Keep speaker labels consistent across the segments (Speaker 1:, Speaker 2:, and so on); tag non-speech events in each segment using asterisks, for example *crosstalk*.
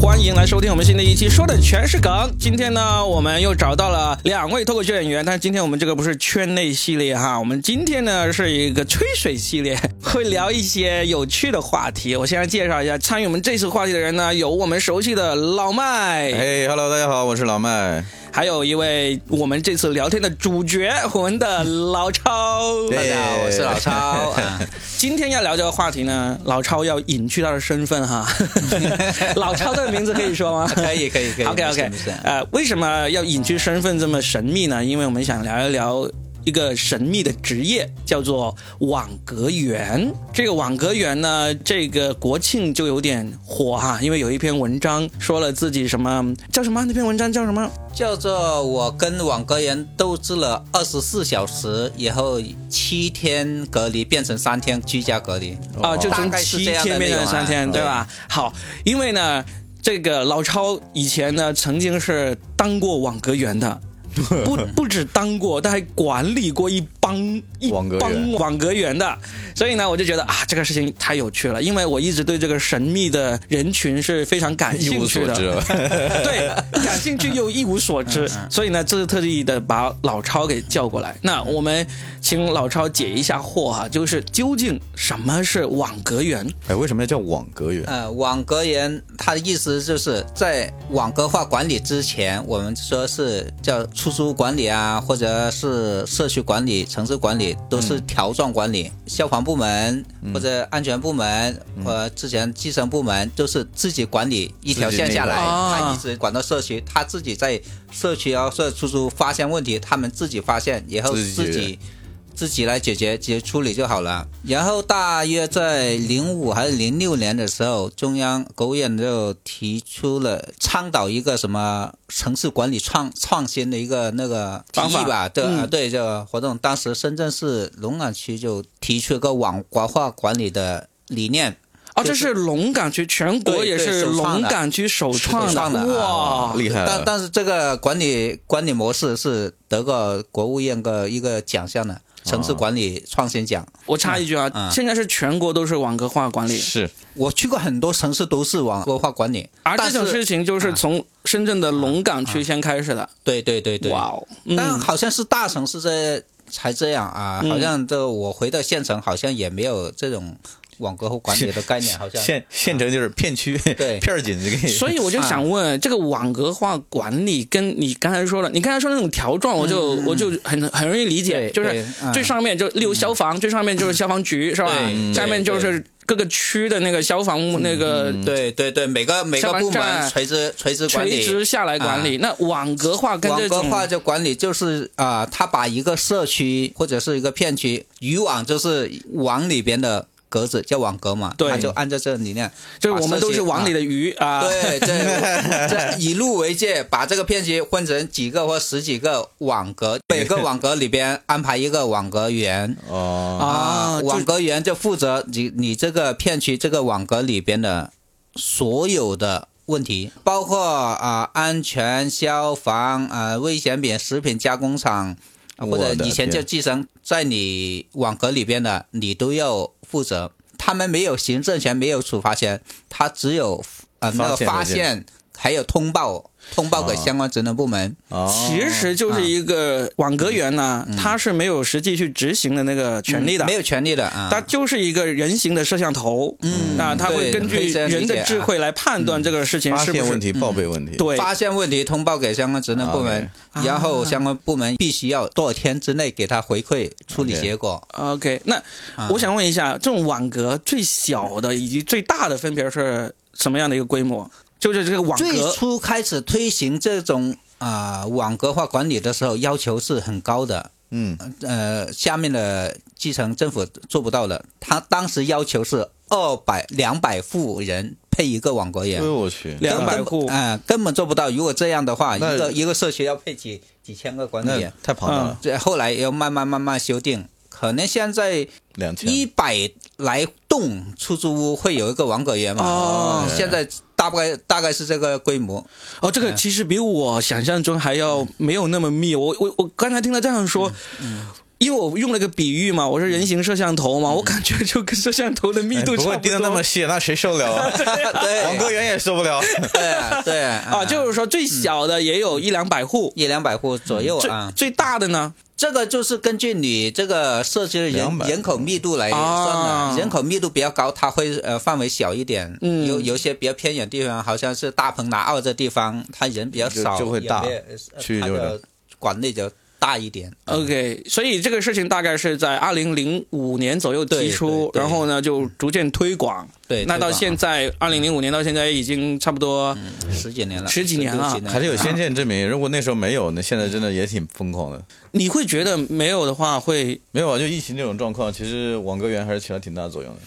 Speaker 1: 欢迎来收听我们新的一期，说的全是梗。今天呢，我们又找到了两位脱口秀演员，但是今天我们这个不是圈内系列哈，我们今天呢是一个吹水系列，会聊一些有趣的话题。我先来介绍一下参与我们这次话题的人呢，有我们熟悉的老麦，
Speaker 2: 哎哈喽，大家好，我是老麦。
Speaker 1: 还有一位我们这次聊天的主角，我们的老超。
Speaker 2: 对
Speaker 3: 大家好，我是老超。啊
Speaker 1: 今天要聊这个话题呢，老超要隐去他的身份哈。老超这个名字可以说吗？
Speaker 3: *laughs* 啊可以，可以，可以。
Speaker 1: OK
Speaker 3: 没事
Speaker 1: OK，
Speaker 3: 没事
Speaker 1: 呃，为什么要隐去身份这么神秘呢？因为我们想聊一聊一个神秘的职业，叫做网格员。这个网格员呢，这个国庆就有点火哈，因为有一篇文章说了自己什么叫什么，那篇文章叫什么？
Speaker 3: 叫做我跟网格人斗智了二十四小时，以后七天隔离变成三天居家隔离。
Speaker 2: 哦
Speaker 1: 啊、就
Speaker 3: 大
Speaker 1: 从
Speaker 3: 概是
Speaker 1: 七
Speaker 3: 这样的
Speaker 1: 天变成
Speaker 3: 内容啊
Speaker 1: 三天，对吧？好，因为呢，这个老超以前呢曾经是当过网格员
Speaker 2: *laughs*
Speaker 1: 的。不不止当过，但还管理过一帮一
Speaker 2: 网格员
Speaker 1: 帮网格员的，所以呢，我就觉得啊，这个事情太有趣了，因为我一直对这个神秘的人群是非常感
Speaker 2: 一
Speaker 1: 兴
Speaker 2: 无
Speaker 1: 趣
Speaker 2: 所
Speaker 1: 的。
Speaker 2: 知了，
Speaker 1: *laughs* 对，感兴趣又一无所知，
Speaker 3: 嗯
Speaker 1: 所以呢，这次特地的把老超给叫过来。那我们请老超解一下惑哈、就是究竟什么是网格员？
Speaker 2: 哎，为什么要叫网格员？
Speaker 3: 呃，网格人他的意思就是在网格化管理之前，我们说是叫出租管理啊，或者是社区管理、城市管理，都是条状管理。消防部门或者安全部门，呃，之前计生部门都是自己管理一条线下来，
Speaker 1: 自己那个
Speaker 3: 他一直管到社区，他自己在社区啊或者出租发现问题，他们自己发现，然后
Speaker 2: 自己
Speaker 3: 自己自己来解决、解决处理就好了。然后大约在零五还是零六年的时候，中央国务院就提出了倡导一个什么城市管理创创新的一个那个提
Speaker 1: 方
Speaker 3: 议
Speaker 1: 法
Speaker 3: 吧，对、啊
Speaker 1: 嗯
Speaker 3: 对这个活动。当时深圳市龙岗区就提出一个网国化管理的理念，
Speaker 1: 哦，这
Speaker 3: 就是是
Speaker 1: 龙岗区，全国
Speaker 3: 对
Speaker 1: 也
Speaker 3: 对
Speaker 1: 是
Speaker 3: 首创
Speaker 1: 龙
Speaker 3: 的
Speaker 1: 岗区首创
Speaker 3: 首创的
Speaker 1: 哇
Speaker 3: 啊！
Speaker 2: 厉害
Speaker 1: 呃
Speaker 3: 但
Speaker 2: 了！
Speaker 3: 但是这个管理管理模式是得过国务院的一个奖项的城
Speaker 1: 哦
Speaker 3: 市管理创新奖。
Speaker 1: 我插一句啊，
Speaker 3: 嗯
Speaker 1: 现在是全国都是网格化管理，
Speaker 2: 是
Speaker 3: 我去过很多城市都是网络化管理，
Speaker 1: 而这
Speaker 3: 但
Speaker 1: 种
Speaker 3: 是嗯
Speaker 1: 事情就是从深圳的龙岗区先开始的。
Speaker 3: 对对对对，
Speaker 1: 哇哦，
Speaker 3: 但
Speaker 1: 嗯，
Speaker 3: 好像是大城市这才这样啊，
Speaker 1: 嗯
Speaker 3: 好像这我回到县城好像也没有这种网格化管理的
Speaker 1: *laughs*
Speaker 3: 概念，好像
Speaker 2: 县县城就是片区，
Speaker 3: 对
Speaker 2: *laughs* 片儿紧就给你。
Speaker 1: 所以我就想问，这个网格化管理跟你刚才说了，你刚才说那种条状，我就我就很很容易理解，
Speaker 3: 嗯对
Speaker 1: 就是
Speaker 3: 对嗯
Speaker 1: 最上面就例如消防，最上面就是消防局是吧
Speaker 3: 对？嗯
Speaker 1: 下面就是各个区的那个消防那个
Speaker 3: 对对对，每个每
Speaker 1: 消
Speaker 3: 个
Speaker 1: 防
Speaker 3: 部
Speaker 1: 站
Speaker 3: 门垂直垂直管
Speaker 1: 垂
Speaker 3: 理，啊
Speaker 1: 直下来管理。那网格化跟
Speaker 3: 网
Speaker 1: 这
Speaker 3: 格
Speaker 1: 种
Speaker 3: 化就管理就是啊、他把一个社区或者是一个片区渔网就是网里边的格子叫网格嘛，
Speaker 1: 对
Speaker 3: 他就按照这个理念，
Speaker 1: 就是我们都是网里
Speaker 3: 的。
Speaker 1: 的鱼啊，
Speaker 3: 对对，这以路为界，把这个片区分成几个或十几个网格，每个网格里边安排一个网格员
Speaker 2: 哦，
Speaker 1: 啊，
Speaker 3: 网
Speaker 1: 就
Speaker 3: 格员就负责你你这个片区这个网格里边的所有的问题，包括啊、安全、消防啊、危险品、食品加工厂，啊或者
Speaker 2: 我的
Speaker 3: 以
Speaker 2: 天
Speaker 3: 前就寄生在你网格里边的，你都要负责。他们没有行政权，没有处罚权，他只有啊那
Speaker 2: 发
Speaker 3: 个
Speaker 2: 现
Speaker 3: 发
Speaker 2: 文件
Speaker 3: 现，还有通报，通报给
Speaker 2: 哦
Speaker 3: 相关职能部门。
Speaker 2: 哦
Speaker 1: 其实
Speaker 3: 啊
Speaker 1: 就是一个网格员呢，他是没有实际去执行的那个权利的
Speaker 3: 嗯没。有权利的啊，
Speaker 1: 它就是一个人形的摄像头，嗯，啊，它会
Speaker 3: 对
Speaker 1: 根
Speaker 3: 可
Speaker 1: 据
Speaker 3: 以这样理解
Speaker 1: 人的
Speaker 3: 啊
Speaker 1: 智慧来判断这个事情
Speaker 2: 嗯发
Speaker 1: 是不
Speaker 2: 现
Speaker 1: 是
Speaker 2: 问题，报备问题。
Speaker 1: 对，
Speaker 3: 发现问题通报给相关职能部门，
Speaker 1: 啊
Speaker 3: 然后相关部门必须要多少天之内给他回馈处理结果。
Speaker 1: OK，那
Speaker 3: 啊
Speaker 1: 我想问一下，这种网格最小的以及最大的分别是什么样的一个规模？就是这个网
Speaker 3: 最
Speaker 1: 格
Speaker 3: 初开始推行这种啊、呃网格化管理的时候，要求是很高的，
Speaker 2: 嗯，
Speaker 3: 呃，下面的基层政府做不到的。他当时要求是二百两百户人配一个网格
Speaker 2: 哎
Speaker 3: 员，
Speaker 2: 呦我去，
Speaker 1: 嗯两
Speaker 3: 根
Speaker 1: 百
Speaker 3: 本
Speaker 1: 户
Speaker 3: 啊、根本做不到。如果这样的话，一
Speaker 2: 那
Speaker 3: 个一个社区要配几几千个管理
Speaker 2: 那
Speaker 3: 员，
Speaker 2: 太庞大
Speaker 1: 嗯
Speaker 2: 了，
Speaker 3: 这后来要慢慢慢慢修订。可能现在
Speaker 2: 两千
Speaker 3: 一百来栋出租屋会有一个网格员嘛？
Speaker 1: 哦
Speaker 3: 现在大概大概是这个规模。
Speaker 1: 哦，
Speaker 2: 嗯
Speaker 1: 这个
Speaker 2: 嗯
Speaker 1: 其实比我想象中还要没有那么密。我我我刚才听他这样说，因为我用了个比喻嘛，我是人形摄像头嘛，我感觉就跟摄像头的密
Speaker 2: 哎
Speaker 1: 度
Speaker 2: 不
Speaker 1: 差
Speaker 2: 过
Speaker 1: 不
Speaker 2: 盯
Speaker 1: 多。
Speaker 2: 的那么细， *laughs* 那谁受得了啊？
Speaker 3: *laughs* *laughs* 对
Speaker 2: 王哥远也受不了。
Speaker 3: 对啊对啊
Speaker 1: 啊，就是说最小的也有一两百户，
Speaker 3: 一两百户左
Speaker 2: 嗯
Speaker 3: 右
Speaker 1: 最
Speaker 3: 啊，
Speaker 1: 最大的呢，
Speaker 3: 这个就是根据你这个社区的人
Speaker 2: 200
Speaker 3: 人口密度来算的，
Speaker 1: 啊
Speaker 3: 人口密度比较高，它会呃范围小一点。
Speaker 1: 嗯
Speaker 3: 有有些比较偏远地方，好像是大鹏南澳这地方，它人比较少，
Speaker 2: 就就会大
Speaker 3: 也没呃
Speaker 2: 区域
Speaker 3: 它
Speaker 2: 就会
Speaker 3: 的管理就大一点。
Speaker 1: OK，所以这个事情大概是在二零零五年左右提出
Speaker 3: 对对，对
Speaker 1: 然后呢就逐渐推广。
Speaker 3: 对
Speaker 1: 那到
Speaker 3: 推广
Speaker 1: 现在二零零五年到现在已经差不多
Speaker 3: 十几年了，
Speaker 1: 十几年了
Speaker 3: 16
Speaker 2: 还是有先见之明，如果那时候没有，那现在真的也挺疯狂的。
Speaker 1: 你会觉得没有的话会
Speaker 2: 没有啊，就疫情这种状况，其实网格员还是起了挺大作用的。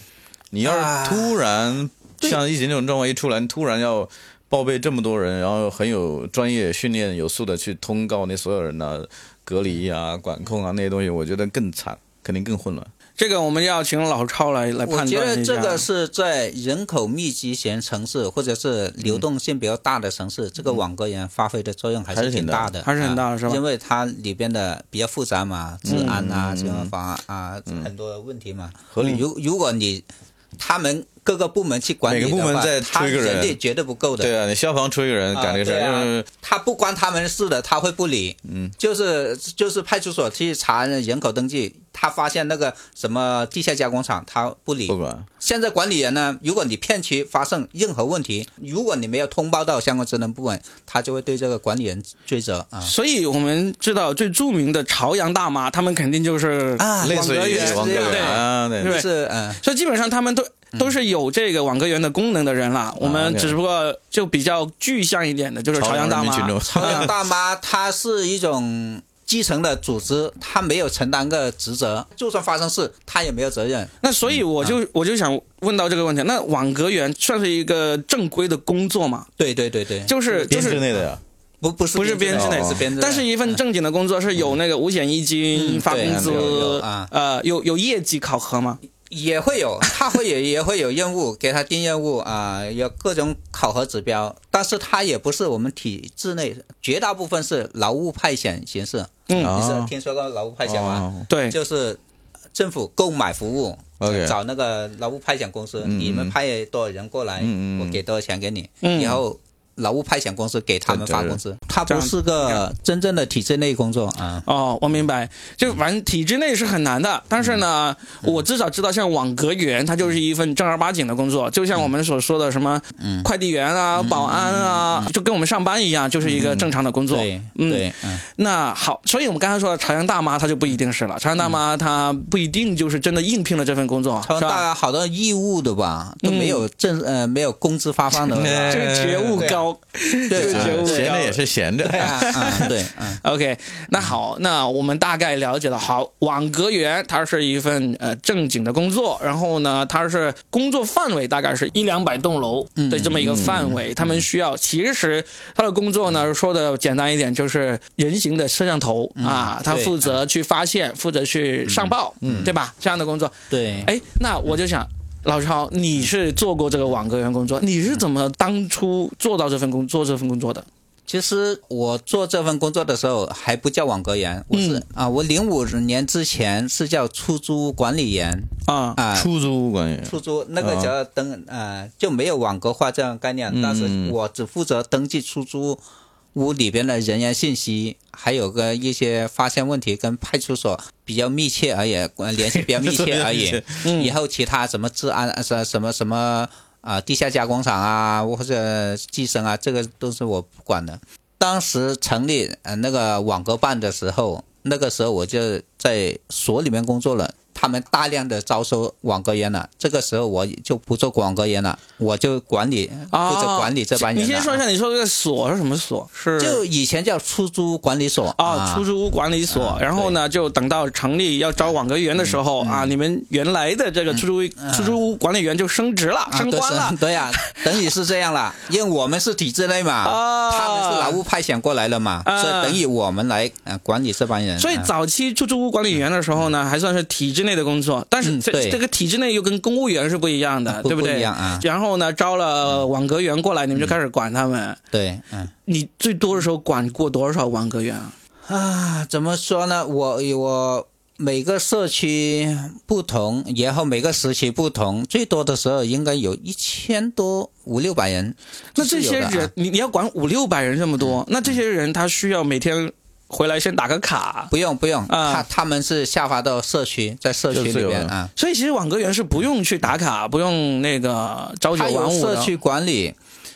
Speaker 2: 你要
Speaker 3: 啊
Speaker 2: 是突然、像疫情这种状况一出来，你突然要报备这么多人，然后很有专业训练有素的去通告那所有人呐、隔离啊、管控啊那些东西，我觉得更惨，肯定更混乱。
Speaker 1: 这个，我们要请老超来来
Speaker 3: 我
Speaker 1: 判断一
Speaker 3: 觉
Speaker 1: 下。
Speaker 3: 得这个是在人口密集型城市或者是流动性比较大的城市，这个网格员发挥的作用还
Speaker 2: 还
Speaker 3: 是
Speaker 2: 是
Speaker 3: 挺
Speaker 2: 挺
Speaker 3: 大
Speaker 2: 大
Speaker 3: 的，
Speaker 1: 还是很大
Speaker 3: 啊
Speaker 1: 是吧
Speaker 3: 因为它里边的比较复杂嘛，治安啊、什么方案啊，很多问题嘛。嗯
Speaker 2: 合理
Speaker 3: 如如果你他们各个部门去管理的话，
Speaker 2: 每个部门再
Speaker 3: 他
Speaker 2: 出一个人
Speaker 3: 人力绝对不够的。
Speaker 2: 对啊，你消防出一个人
Speaker 3: 啊
Speaker 2: 干这个事
Speaker 3: 对
Speaker 2: 儿，
Speaker 3: 啊
Speaker 2: 就是
Speaker 3: 他不关他们的事的，他会不理。嗯，就是就是派出所去查人口登记，他发现那个什么地下加工厂，他不理。
Speaker 2: 不管。
Speaker 3: 现在管理人呢，如果你片区发生任何问题，如果你没有通报到相关职能部门，他就会对这个管理人追责啊。
Speaker 1: 所以我们知道最著名的朝阳大妈，他们肯定就是
Speaker 3: 啊
Speaker 2: 类似
Speaker 1: 网格
Speaker 2: 于
Speaker 1: 员
Speaker 2: 网格
Speaker 1: 对
Speaker 2: 员啊，
Speaker 1: 对
Speaker 2: 对，
Speaker 3: 就是嗯，
Speaker 1: 所以基本上他们都都是有这个网格员的功能的人啦。我们
Speaker 2: 对
Speaker 1: 只不过就比较具象一点的，就是朝阳大
Speaker 2: 人民
Speaker 1: 妈
Speaker 2: 群。众，
Speaker 3: 啊朝阳大妈她是一种基层的组织，她没有承担个职责，就算发生事，她也没有责任。
Speaker 1: 那所以我
Speaker 3: 嗯啊
Speaker 1: 就、我就想问到这个问题，那网格员算是一个正规的工作嘛？
Speaker 3: 对对对对，
Speaker 1: 就是就
Speaker 2: 编制
Speaker 1: 是。
Speaker 2: 内的呀，
Speaker 3: 不不是
Speaker 1: 不是
Speaker 3: 编
Speaker 1: 编
Speaker 2: 制内
Speaker 3: 是编制内，
Speaker 1: 但是一份正经的工作是有那个五险一金、
Speaker 3: 嗯
Speaker 1: 发工
Speaker 3: 对有有
Speaker 1: 资
Speaker 3: 啊，
Speaker 1: 呃，有有业绩考核吗？
Speaker 3: 也
Speaker 2: *laughs*
Speaker 3: 会有，他会也也会有任务，给他定任务啊、有各种考核指标，但是他也不是我们体制内，绝大部分是劳务派遣形式。
Speaker 1: 嗯，
Speaker 2: 啊
Speaker 3: 你是听说过劳务派遣吗？
Speaker 2: 哦
Speaker 1: 对，
Speaker 3: 就是政府购买服务
Speaker 2: OK
Speaker 3: 找那个劳务派遣公司，
Speaker 2: 嗯
Speaker 3: 你们派多少人过来，
Speaker 2: 嗯嗯嗯
Speaker 3: 我给多少钱给你，
Speaker 1: 嗯
Speaker 3: 然后。劳务派遣公司给他们发工资，他不是个真正的体制内工作啊。
Speaker 1: 哦，我明白，就反正体制内是很难的，但是呢，
Speaker 3: 嗯
Speaker 1: 我至少知道像网格员，它就是一份正儿八经的工作，就像我们所说的什么
Speaker 3: 嗯
Speaker 1: 快递员啊、保安啊，就跟我们上班一样，就是一个正常的工作。
Speaker 3: 嗯对
Speaker 1: 嗯
Speaker 3: 对，嗯，
Speaker 1: 那好，所以我们刚才说的朝阳大妈，她就不一定是了，朝阳大妈她不一定就是真的应聘了这份工作，啊
Speaker 3: 他
Speaker 1: 是
Speaker 3: 们大
Speaker 1: 吧？嗯
Speaker 3: 概好多义务的吧，都没有正呃没有工资发放的吧，
Speaker 1: *laughs*
Speaker 2: 嗯
Speaker 1: 这个觉悟高，哎这
Speaker 3: 对
Speaker 1: 个
Speaker 3: 啊
Speaker 1: 觉
Speaker 2: 啊
Speaker 1: 悟
Speaker 2: 闲
Speaker 1: 高
Speaker 2: 着。也是闲着，
Speaker 3: *laughs* 啊，啊对，嗯，
Speaker 1: OK，那好，那我们大概了解了。好，网格员它是一份呃正经的工作，然后呢，它是工作范围大概是一两百栋楼的这么一个范围，他们需要。其实他的工作呢，说的简单一点，就是人形的摄像头、啊，他
Speaker 3: 对
Speaker 1: 负责去发现，负责去上报，对吧？这样的工作。
Speaker 3: 对，
Speaker 1: 哎，那我就想。老超，你是做过这个网格员工作，你是怎么当初做到这份工做这份工作的？
Speaker 3: 其实我做这份工作的时候还不叫网格员，我
Speaker 1: 嗯
Speaker 3: 是、啊，我零五年之前是叫出租管理员
Speaker 1: 啊、
Speaker 3: 啊。
Speaker 2: 出租管理员
Speaker 3: 出租那个叫登呃就没有网格化这样概念，但是我只负责登记出租屋里边的人员信息，还有个一些发现问题跟派出所比较密切而已，呃联系比较密
Speaker 2: 这
Speaker 3: 切
Speaker 2: 么
Speaker 3: 而
Speaker 2: 密
Speaker 3: 已嗯
Speaker 2: 切。
Speaker 3: 以后其他什么治安啊什什么什么啊、地下加工厂啊或者计生啊，这个都是我不管的。当时成立呃那个网格办的时候，那个时候我就在所里面工作了，他们大量的招收网格员了。这个时候我就不做网格员了，我就管理
Speaker 1: 啊，
Speaker 3: 负责管理这帮人了、
Speaker 1: 你先说一下，你说这个所是什么所？是
Speaker 3: 就以前叫出租管理所
Speaker 1: 啊，出租屋管理所。
Speaker 3: 嗯
Speaker 1: 然后呢，就等到成立要招网格员的时候、
Speaker 3: 嗯
Speaker 1: 啊，你们原来的这个出租、出租屋管理员就升职了，
Speaker 3: 啊
Speaker 1: 升
Speaker 3: 对
Speaker 1: 官了
Speaker 3: 是。
Speaker 1: *laughs*
Speaker 3: 对呀、等于是这样了，因为我们是体制内嘛，
Speaker 1: 啊
Speaker 3: 他们是劳务派遣过来的嘛，
Speaker 1: 啊
Speaker 3: 所以等于我们来呃管理这帮人。
Speaker 1: 所以
Speaker 3: 啊
Speaker 1: 早期出租屋管理员的时候呢，还算是体制内的工作，但是
Speaker 3: 嗯
Speaker 1: 这、
Speaker 3: 对
Speaker 1: 这个体制内又跟公务员是不一样的，
Speaker 3: 不
Speaker 1: 对对？
Speaker 3: 不一样啊
Speaker 1: 然后呢，招了网格员过来，你们就开始管他们。
Speaker 3: 对，嗯
Speaker 1: 你最多的时候管过多少网格员啊？
Speaker 3: 啊，怎么说呢？我我每个社区不同，然后每个时期不同，最多的时候应该有一千多五六百人。
Speaker 1: 那这些
Speaker 3: 是有的
Speaker 1: 人
Speaker 3: 啊，嗯
Speaker 1: 你你要管五六百人这么多，那这些人他需要每天回来先打个卡，
Speaker 3: 不用不用，
Speaker 1: 啊
Speaker 3: 他他们是下发到社区，在社区
Speaker 2: 就是
Speaker 3: 里
Speaker 2: 有
Speaker 3: 边
Speaker 2: 的
Speaker 3: 啊，
Speaker 1: 所以其实网格员是不用去打卡，不用那个朝九
Speaker 3: 他
Speaker 1: 晚
Speaker 3: 有
Speaker 1: 五
Speaker 3: 社
Speaker 1: 的。
Speaker 3: 区管理，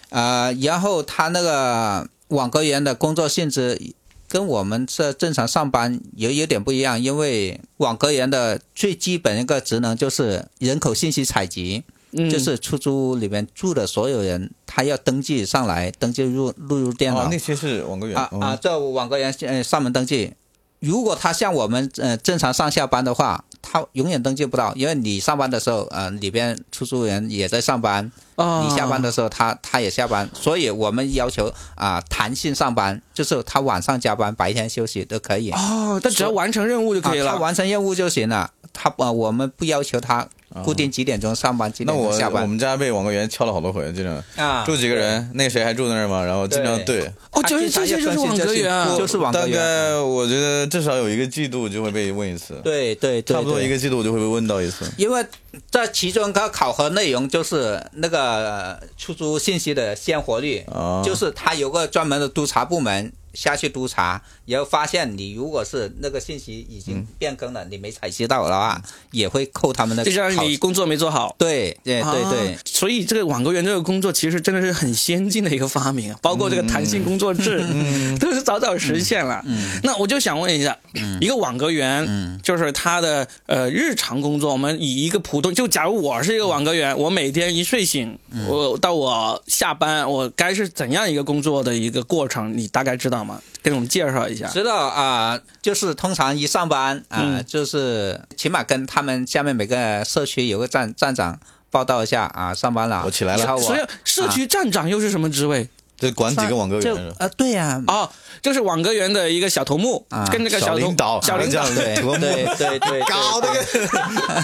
Speaker 3: 呃，然后他那个网格员的工作性质跟我们这正常上班有有点不一样，因为网格员的最基本一个职能就是人口信息采集，
Speaker 1: 嗯
Speaker 3: 就是出租屋里面住的所有人，他要登记上来，登记入录入电脑。
Speaker 2: 哦，那些是网格员
Speaker 3: 啊啊，，这网格员呃上门登记，如果他像我们呃正常上下班的话，他永远登记不到，因为你上班的时候呃里边出租人也在上班，
Speaker 2: 哦
Speaker 1: 啊，
Speaker 3: 你下班的时候他他也下班，所以我们要求啊、弹性上班，就是他晚上加班，白天休息都可以，
Speaker 1: 哦，他只要完成任务就可以
Speaker 3: 啊
Speaker 1: 了。
Speaker 3: 他完成任务就行了。他啊，我们不要求他固定几点钟上班，几
Speaker 2: 哦那
Speaker 3: 点
Speaker 2: 我
Speaker 3: 钟下
Speaker 2: 我
Speaker 3: 班
Speaker 2: 们家被网格员敲了好多回，经常
Speaker 3: 啊
Speaker 2: 住几个人，那谁还住那儿嘛？然后经常
Speaker 3: 对
Speaker 2: 对，
Speaker 1: 哦，就是
Speaker 3: 他
Speaker 1: 这
Speaker 3: 经
Speaker 1: 些
Speaker 3: 常
Speaker 1: 就是
Speaker 3: 要
Speaker 1: 网
Speaker 3: 更新
Speaker 1: 格
Speaker 3: 这些
Speaker 1: 员啊，
Speaker 3: 就是网格
Speaker 2: 大
Speaker 3: 员。
Speaker 2: 概我觉得至少有一个季度就会被问一次，
Speaker 3: 对对对，
Speaker 2: 差不多
Speaker 3: 对
Speaker 2: 一个季度我就会被问到一次。
Speaker 3: 因为这其中一个考核内容就是那个呃出租信息的鲜活率，
Speaker 2: 啊，
Speaker 3: 就是他有个专门的督查部门下去督查，然后发现你如果是那个信息已经变更了，你没采集到的话，也会扣他们的
Speaker 1: 这就让
Speaker 3: 考
Speaker 1: 你工作没做好。
Speaker 3: 对对哎对对
Speaker 1: 啊，所以这个网格员这个工作其实真的是很先进的一个发明，包括这个弹性工作制， *laughs* 都是早早实现了。那我就想问一下，一个网格员，就是他的呃日常工作，我们以一个普通，就假如我是一个网格员，我每天一睡醒，我到我下班，我该是怎样一个工作的一个过程，你大概知道吗？给我们介绍一下。
Speaker 3: 知道啊、就是通常一上班啊、
Speaker 1: 嗯
Speaker 3: 就是起码跟他们下面每个社区有个站站长报道一下啊，上班了，
Speaker 2: 我起来了
Speaker 3: 然后我
Speaker 1: 所以社区站长又是什么职位？
Speaker 2: 这管几个网格
Speaker 3: 就
Speaker 2: 员？
Speaker 3: 啊，对呀、
Speaker 1: 哦，就是网格员的一个小头目，
Speaker 3: 啊
Speaker 1: 跟那个
Speaker 2: 小
Speaker 1: 头
Speaker 2: 领导
Speaker 1: 小领导
Speaker 2: 这样
Speaker 3: 对
Speaker 2: *laughs* 头目
Speaker 3: 对对对对，
Speaker 2: 搞那
Speaker 3: 个，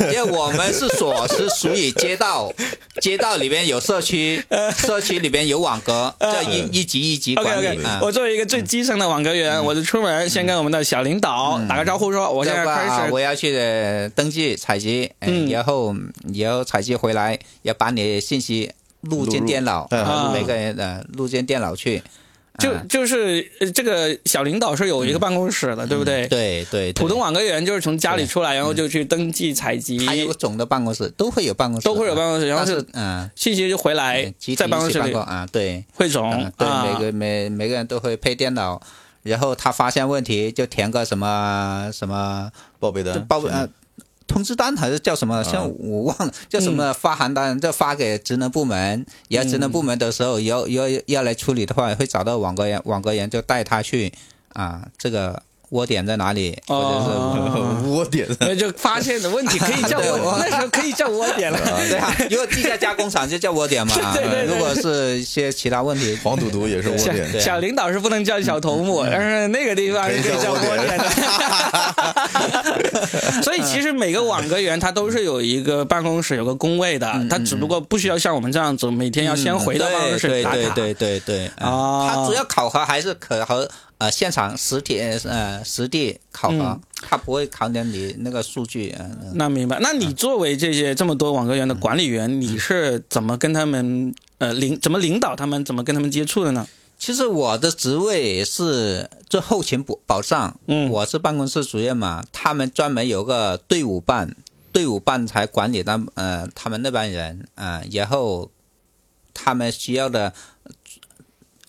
Speaker 3: 因为我们是所是属于街道，街道里边有社 *laughs* 区，社区里边有网格，
Speaker 2: 嗯
Speaker 3: 这一一级一级
Speaker 1: OK
Speaker 3: 管
Speaker 1: OK，
Speaker 3: 理啊。
Speaker 1: 我作为一个最基层的网格
Speaker 3: 嗯
Speaker 1: 员，我就出门先跟我们的小领导打个招呼，说我现在
Speaker 3: 要不然啊
Speaker 1: 开始
Speaker 3: 嗯我要去呃登记采集，哎
Speaker 1: 嗯
Speaker 3: 然后然后采集回来，要把你的信息录进电脑，
Speaker 2: 录入
Speaker 3: 啊
Speaker 1: 啊
Speaker 3: 每个人呃录进电脑去。
Speaker 1: 就
Speaker 3: 啊
Speaker 1: 就是呃这个小领导是有一个办公室的，对不对？
Speaker 3: 嗯对对，对
Speaker 1: 哎普通网格员就是从家里出来，然后就去登记采集，
Speaker 3: 还有总的办公室都会有办公室，
Speaker 1: 都会有办公室，然后
Speaker 3: 但
Speaker 1: 就是
Speaker 3: 嗯，
Speaker 1: 信息就回来
Speaker 3: 集体
Speaker 1: 在办公
Speaker 3: 一
Speaker 1: 室
Speaker 3: 起办
Speaker 1: 里
Speaker 3: 公啊，对。
Speaker 1: 汇总
Speaker 3: 嗯，对，每
Speaker 1: 啊，
Speaker 3: 个每每个人都会配电脑，然后他发现问题就填个什么什么
Speaker 2: 报备
Speaker 3: 就
Speaker 2: 单，
Speaker 3: 报呃通知单还是叫什
Speaker 1: 啊
Speaker 3: 么，像我忘了叫什
Speaker 1: 嗯
Speaker 3: 么发函单，就发给职能部门，然后职能部门的时候要要要来处理的话，会找到网格员，网格员就带他去啊这个窝点在哪里，或者是 *laughs*
Speaker 1: 哦
Speaker 3: 啊
Speaker 2: *laughs* 窝点。
Speaker 1: 那就发现的问题可以叫
Speaker 3: 对
Speaker 1: 我
Speaker 3: 我
Speaker 1: 那时候可以叫我点了，，
Speaker 3: *laughs* 对啊，如果地下加工厂就叫窝点嘛
Speaker 1: *laughs* 对对对
Speaker 3: 如果是一些其他问题，
Speaker 2: 黄赌毒也是窝
Speaker 1: 小
Speaker 3: *laughs*
Speaker 2: 点，
Speaker 1: 小领导是不能叫小头目，但是那个地方是可以叫窝点的。所以其实每个网格员他都是有一个办公室、有个工位的，他只不过不需要像我们这样子每天要先回到办公室
Speaker 3: 嗯对
Speaker 1: 打卡。
Speaker 3: 对对对对啊，
Speaker 1: 哦
Speaker 3: 他主要考核还是考核呃现场实体呃实地考核
Speaker 1: 嗯，
Speaker 3: 他不会考点你那个数据，嗯嗯
Speaker 1: 那明白。那你作为这些这么多网格员的管理员，你是怎么跟他们呃领怎么领导他们，怎么跟他们接触的呢？
Speaker 3: 其实我的职位是做后勤保保障，
Speaker 1: 嗯
Speaker 3: 我是办公室主任嘛，他们专门有个队伍办，队伍办才管理他呃他们那帮人啊、呃然后他们需要的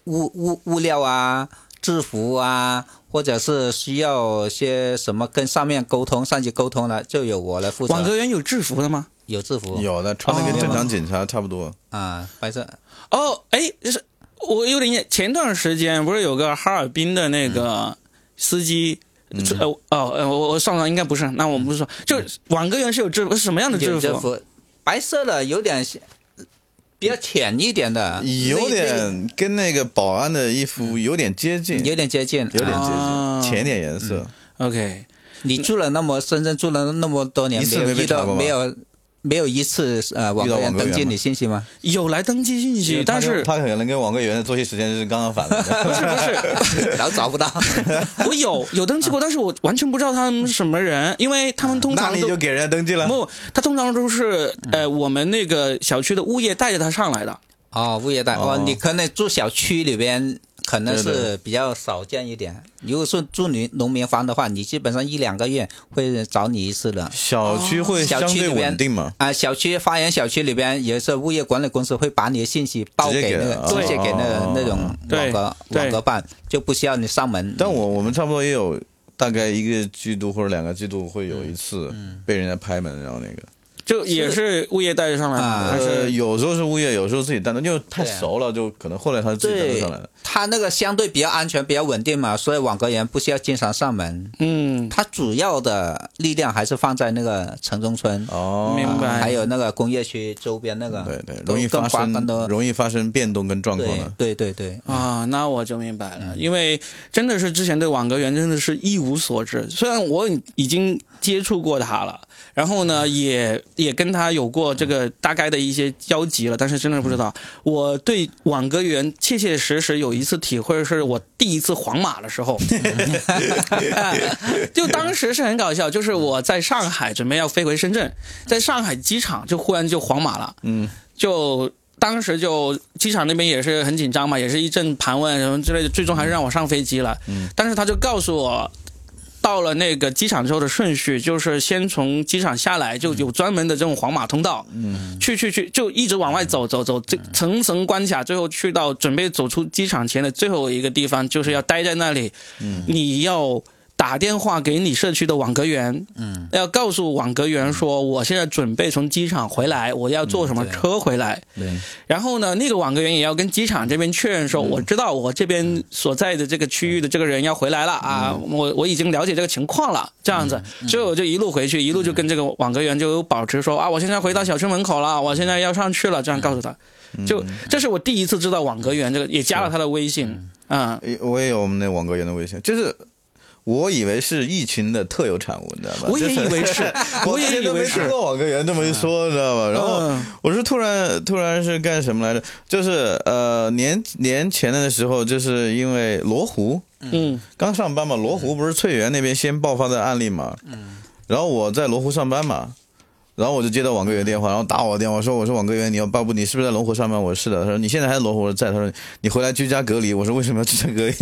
Speaker 3: 物物物料啊、制服啊，或者是需要些什么跟上面沟通、上级沟通了，就有我来负责。
Speaker 1: 网格员有制服的吗？
Speaker 3: 有制服
Speaker 2: 有的穿的跟正常警察差不多。
Speaker 3: 啊、白色
Speaker 1: 哦，哎，是我有点印前段时间不是有个哈尔滨的那个司机，这呃哦呃我我算了，应该不是，那我们不是说，就是网格员是有制服，是什么样的制
Speaker 3: 有制
Speaker 1: 服？
Speaker 3: 服，白色的有点像比较浅一点的，
Speaker 2: 有
Speaker 3: 那那
Speaker 2: 点跟那个保安的衣服有点接近，
Speaker 3: 有点接近，
Speaker 2: 有点接
Speaker 1: 啊
Speaker 2: 近，浅一点颜色。
Speaker 1: OK，
Speaker 3: 你住了那么深圳住了那么多年，
Speaker 2: 一次
Speaker 3: 没有
Speaker 2: 没被
Speaker 3: 遇到
Speaker 2: 查过吗
Speaker 3: 没有没有一次呃网格员登记你信息吗？
Speaker 1: 有来登记信息，但是
Speaker 2: 他可能跟网格员的作息时 *laughs* 间是刚刚反
Speaker 3: *laughs*
Speaker 2: 的，
Speaker 1: 不是不是，
Speaker 3: 然后找
Speaker 2: *laughs*
Speaker 3: 不到，
Speaker 1: 我有有登记过，但是我完全不知道他们什么人，因为他们通
Speaker 2: 那
Speaker 1: 常
Speaker 2: 你
Speaker 1: 都
Speaker 2: 就给人家登记了。
Speaker 1: 不，他通常都是呃我们那个小区的物业带着他上来的。
Speaker 3: 哦，物业贷哦，
Speaker 2: 哦
Speaker 3: 你可能住小区里边可能
Speaker 2: 对
Speaker 3: 是
Speaker 2: 对
Speaker 3: 比较少见一点。如果是住农农民房的话，你基本上一两个月会找你一次的。
Speaker 2: 小区会
Speaker 3: 小
Speaker 2: 相
Speaker 3: 区
Speaker 2: 对
Speaker 3: 里边
Speaker 2: 稳定嘛？
Speaker 3: 啊，小区发源小区里边也是物业管理公司会把你的信息报
Speaker 2: 直接
Speaker 3: 给
Speaker 2: 给
Speaker 3: 那个
Speaker 2: 了
Speaker 3: 直
Speaker 1: 对
Speaker 3: 接给那个
Speaker 2: 哦
Speaker 3: 那种网
Speaker 1: 对
Speaker 3: 格
Speaker 1: 对
Speaker 3: 网格办，就不需要你上门。
Speaker 2: 但我我们差不多也有大概一个季度或者两个季度会有一次
Speaker 3: 嗯
Speaker 2: 被人家拍门，然后那个
Speaker 1: 就也是物业带着上来
Speaker 3: 啊
Speaker 1: 的，还
Speaker 2: 呃
Speaker 1: 是
Speaker 2: 有时候是物业，有时候自己单独，因为太
Speaker 3: 对啊
Speaker 2: 熟了，就可能后来他自己单独
Speaker 3: 对
Speaker 2: 上来的。
Speaker 3: 他那个相对比较安全、比较稳定嘛，所以网格员不需要经常上门。
Speaker 1: 嗯，
Speaker 3: 他主要的力量还是放在那个城中村。
Speaker 2: 哦，
Speaker 1: 明白
Speaker 3: 啊还有那个工业区周边那个，
Speaker 2: 对对，
Speaker 3: 都
Speaker 2: 容易
Speaker 3: 更
Speaker 2: 发
Speaker 3: 瓜分
Speaker 2: 生
Speaker 3: 的，
Speaker 2: 容易发生变动跟状况
Speaker 3: 对
Speaker 2: 的。
Speaker 3: 对对对，
Speaker 2: 哦
Speaker 1: 啊，那我就明白了，因为真的是之前对网格员真的是一无所知，虽然我已经接触过他了，然后呢，也也跟他有过这个大概的一些交集了，但是真的不知道。我对网格员切切实实有一次体会，是我第一次黄马的时候， *laughs* 啊就当时是很搞笑，就是我在上海准备要飞回深圳，在上海机场就忽然就黄马了，
Speaker 2: 嗯，
Speaker 1: 就当时就机场那边也是很紧张嘛，也是一阵盘问什么之类的，最终还是让我上飞机了。
Speaker 2: 嗯，
Speaker 1: 但是他就告诉我。到了那个机场之后的顺序，就是先从机场下来，就有专门的这种黄马通道，嗯，去去去，就一直往外走走走，这层层关卡，最后去到准备走出机场前的最后一个地方，就是要待在那里，嗯，你要打电话给你社区的网格员，嗯，要告诉网格员说，我现在准备从机场回来，我要坐什
Speaker 2: 嗯
Speaker 1: 么
Speaker 3: 对
Speaker 1: 车回来，
Speaker 2: 对，
Speaker 1: 然后呢，那个网格员也要跟机场这边确认说，
Speaker 2: 嗯
Speaker 1: 我知道我这边所在的这个区域的这个人要回来了啊，
Speaker 2: 嗯
Speaker 1: 我我已经了解这个情况了，这样子，所以我就一路回去，一路就跟这个网格员就保持说啊，我现在回到小区门口了，我现在要上去了，这样告诉他。
Speaker 2: 嗯
Speaker 1: 就这是我第一次知道网格员这个，也加了他的微信啊。
Speaker 2: 诶我也有我们那网格员的微信，就是。我以为是疫情的特有产物，你知道吧？
Speaker 1: 我也
Speaker 2: 就是，
Speaker 1: 以为是我也以为
Speaker 2: *laughs* 我之前都没听
Speaker 1: 是。
Speaker 2: 过网格员这么一说，你知道吧？然后
Speaker 1: 嗯
Speaker 2: 我是突然突然是干什么来着？就是呃年年前的时候，就是因为罗湖
Speaker 1: 嗯
Speaker 2: 刚上班嘛，罗湖不是翠园那边先爆发的案例嘛，嗯，然后我在罗湖上班嘛，然后我就接到网格员电话，然后打我电话说我说网格员你要报不你是不是在罗湖上班？我说是的，他说你现在还在罗湖我说在，他说你回来居家隔离，我说为什么要居家隔离？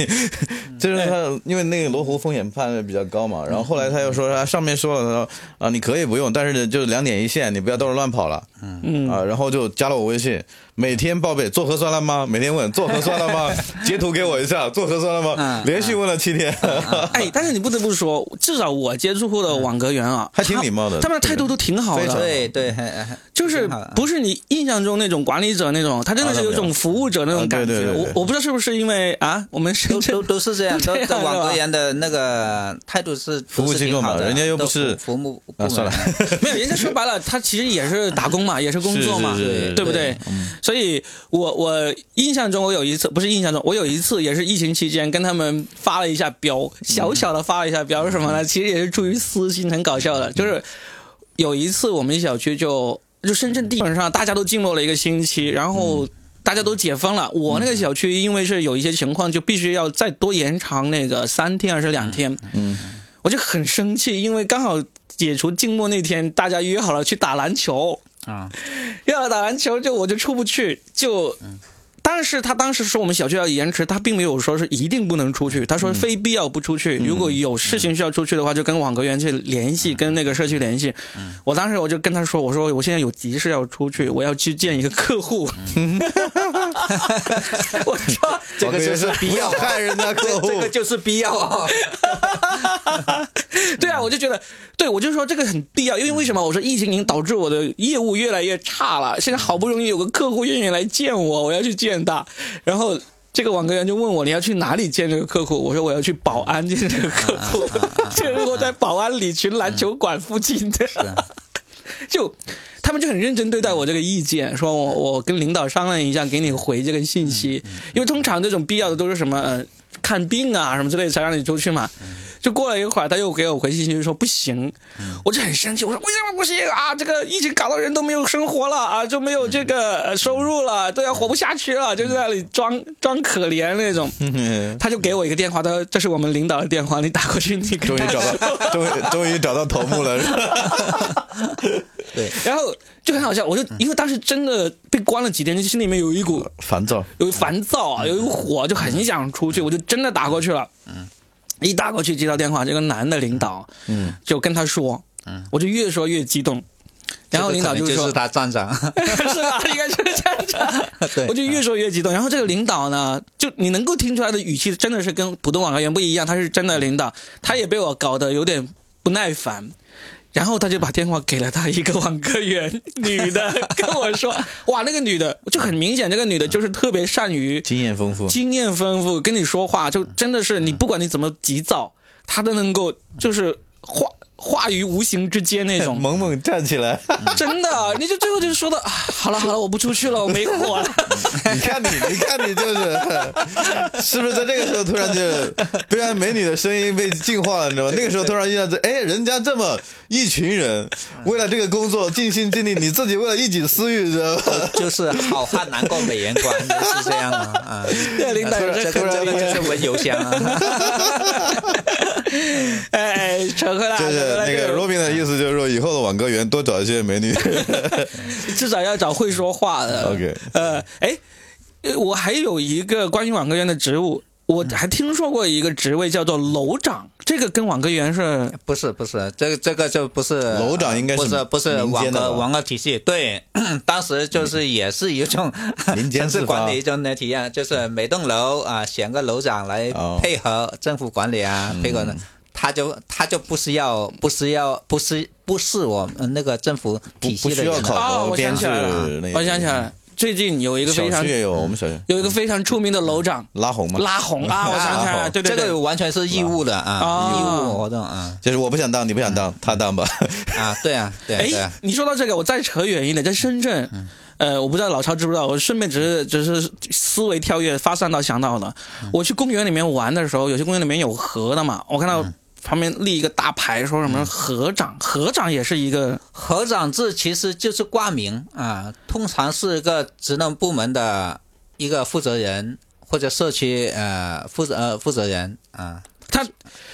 Speaker 2: 就是他因为那个罗湖风险判断比较高嘛，然后后来他又说啊上面说了，他说啊你可以不用，但是呢就是两点一线，你不要到处乱跑了。
Speaker 1: 嗯，
Speaker 2: 啊，然后就加了我微信，每天报备做核酸了吗？每天问做核酸了
Speaker 3: *laughs*
Speaker 2: 吗？截图给我一下，做核酸了吗？
Speaker 3: 嗯
Speaker 2: 连续问了七天，
Speaker 1: 哎，但是你不得不说，至少我接触过的网格员啊，
Speaker 2: 嗯还挺礼貌的
Speaker 1: 他们的态度都挺好
Speaker 2: 非常
Speaker 1: 的。
Speaker 3: 对对，很很
Speaker 1: 就是
Speaker 3: 挺好的
Speaker 1: 不是你印象中那种管理者那种，他真
Speaker 2: 啊
Speaker 1: 的是有种服务者那种感
Speaker 2: 啊对
Speaker 1: 觉。
Speaker 2: 对对
Speaker 1: 我
Speaker 2: 对
Speaker 1: 我不知道是不是因为啊，我们深 *laughs*
Speaker 3: 都
Speaker 1: 圳
Speaker 3: 都都是这样，
Speaker 1: 都
Speaker 3: 都
Speaker 1: 这样
Speaker 3: 都
Speaker 1: 啊是吧
Speaker 3: 网格员的那个态度是
Speaker 2: 服务机构嘛
Speaker 3: 都是挺好的
Speaker 2: 人家又不是
Speaker 3: 都服服务部
Speaker 2: *laughs* 啊
Speaker 3: 门
Speaker 2: 算了
Speaker 1: 没有人家说白了，他其实也是打工嘛，也是工作嘛，
Speaker 2: 是是嗯是
Speaker 1: 对不对？所以我我印象中我有一次不是印象中，我有一次也是疫情期间跟他们发了一下飙，小小的发了一下
Speaker 2: 嗯
Speaker 1: 飙是什么呢？其实也是出于私心，很搞笑的，就是有一次我们小区就就深圳基本上大家都静默了一个星期，然
Speaker 2: 嗯
Speaker 1: 后。大家都解封了，我那个小区因为是有一些情况，就必须要再多延长那个三天还是两天。
Speaker 2: 嗯，
Speaker 1: 我就很生气，因为刚好解除静默那天，大家约好了去打篮球，
Speaker 3: 啊，
Speaker 1: *laughs* 要打篮球就我就出不去，就。但是他当时说我们小区要延迟，他并没有说是一定不能出去，他说非必要不出去。如果有事情需要出去的话，就跟网格员去联系，跟那个社区联系。我当时我就跟他说，我说我现在有急事要出去，我要去见一个客户。 *laughs* 我说
Speaker 3: 这
Speaker 2: 网
Speaker 3: 个
Speaker 2: 格
Speaker 3: 就
Speaker 2: 员
Speaker 3: 是
Speaker 2: 说 *laughs*
Speaker 3: 必
Speaker 2: 不要
Speaker 3: 要，
Speaker 2: 害人家客
Speaker 3: *laughs* 这
Speaker 2: 户
Speaker 3: 这。个就是必要啊。
Speaker 1: *laughs* 对啊，我就觉得，对我就说这个很必要，因为为什么？我说疫情已经导致我的业务越来越差了，现在好不容易有个客户愿意来见我，我要去见他，然后。这个网格员就问我你要去哪里见这个客户？我说我要去保安见这个客户，这个我在保安里群篮球馆附近的，就他们就很认真对待我这个意见，说我我跟领导商量一下，给你回这个信息，因为通常这种必要的都是什么呃看病啊什么之类的才让你出去嘛，就过了一会儿，他又给我回信息说不行，
Speaker 2: 嗯
Speaker 1: 我就很生气，我说为什么不行啊？这个疫情搞到人都没有生活了啊，就没有这个呃收入了，都要活不下去
Speaker 2: 嗯
Speaker 1: 了，就在那里装装可怜那种。他就给我一个电话，他说这是我们领导的电话，你打过去，你
Speaker 2: 终
Speaker 1: 跟
Speaker 2: 于
Speaker 1: 他
Speaker 2: *laughs* 找到，终于终于找到头目了，是吧
Speaker 1: 然后就很好笑，我就因为当时真的被关了几天，就心里面有一股
Speaker 2: 烦躁。
Speaker 1: 有一烦躁
Speaker 2: 嗯
Speaker 1: 啊，有一股火，就很想出去，我就真的打过去了。嗯，一打过去接到电话，这个男的领导，嗯，就跟他说，嗯，我就越说越激动，然后领导
Speaker 3: 这
Speaker 1: 就
Speaker 3: 个可能
Speaker 1: 说
Speaker 3: 是，他站长，
Speaker 1: *laughs* 是吧？ *laughs* 应该是这样子。
Speaker 3: *laughs* 对
Speaker 1: *laughs* 我就越说越激动。然后这个领导呢，就你能够听出来的语气，真的是跟普通网格员不一样，他是真的领导，他也被我搞得有点不耐烦。然后他就把电话给了他一个网格员女的，跟我说：“哇，那个女的就很明显，那个女的就是特别善于
Speaker 2: 经验丰富，
Speaker 1: 经验丰富，跟你说话就真的是你不管你怎么急躁，她都能够就是话话于无形之间那种。”
Speaker 2: 猛猛站起来！
Speaker 1: *laughs* 真的，你就最后就是说的，啊好了好了，我不出去了，我没火
Speaker 2: *laughs*
Speaker 1: 了。
Speaker 2: 你看你，你看你，就是是不是在这个时候突然就，不然美女的声音被净化了，你知道吗？那个时候突然一下子，哎，人家这么一群人
Speaker 1: 嗯
Speaker 2: 为了这个工作尽心尽力，你自己为了一己私欲，知道
Speaker 1: *laughs*
Speaker 2: 吧？
Speaker 3: 就是好汉难过美颜关，是这样啊啊！
Speaker 1: 对领导
Speaker 3: 这
Speaker 1: 这
Speaker 3: 个
Speaker 1: 突然
Speaker 3: 这个就是闻油箱啊，
Speaker 1: 哎哎，扯回来，扯回
Speaker 2: 就是
Speaker 1: 来
Speaker 2: 那
Speaker 1: 这
Speaker 2: 个 Robin 的意思，就是说以后的网格员多找一些美
Speaker 1: *laughs*
Speaker 2: 女。
Speaker 1: 至少要找会说话的。
Speaker 2: OK
Speaker 1: 呃，哎，呃我还有一个关于网格员的职务，我还听说过一个职位叫做楼长，这个跟网格员是
Speaker 3: 不是不是，这个这个就不是呃
Speaker 2: 楼长应该是
Speaker 3: 不是不是
Speaker 2: 民
Speaker 3: 网
Speaker 2: 间的
Speaker 3: 格
Speaker 2: 吧嗯
Speaker 3: 网格体系，对， *clears throat* 当时就是也是一种
Speaker 2: 民间哦
Speaker 3: *laughs* 城
Speaker 2: 自发
Speaker 3: 市管理一种的体验，就是每栋楼啊选个楼长来
Speaker 2: 哦
Speaker 3: 配合政府管理啊，
Speaker 2: 嗯
Speaker 3: 配合呢。他就他就不是要不是要不是不是我们那个政府体系的
Speaker 2: 不需要
Speaker 3: 人了
Speaker 2: 考
Speaker 1: 哦，我想起来
Speaker 2: 编制
Speaker 1: 了
Speaker 2: 那，个嗯
Speaker 1: 我想起来了，最近有一个非
Speaker 2: 小
Speaker 1: 常
Speaker 2: 区也有，我们小区
Speaker 1: 有一个非常出名的楼长
Speaker 2: 拉红吗？
Speaker 1: 拉红啊，我想起来了，对对
Speaker 3: 这个
Speaker 1: 对，
Speaker 3: 完全是义务的啊，义
Speaker 1: 哦
Speaker 3: 务活动啊
Speaker 2: 就是我不想当，你不想当，他
Speaker 1: *laughs*
Speaker 2: 当吧。
Speaker 3: 啊，对啊，对啊对嗯
Speaker 1: 哎
Speaker 3: 啊，，
Speaker 1: 你说到这个，我再扯远一点，在深圳，呃，我不知道老超知不知道，我顺便只是只是思维跳跃发散到想到的，
Speaker 3: 嗯
Speaker 1: 我去公园里面玩的时候，有些公园里面有河的嘛，我看到旁边立一个大牌，说什
Speaker 3: 嗯
Speaker 1: 么河长，河长也是一个
Speaker 3: 合长制其实就是挂名啊，通常是一个职能部门的一个负责人或者社区呃负责呃负责人啊，
Speaker 1: 他，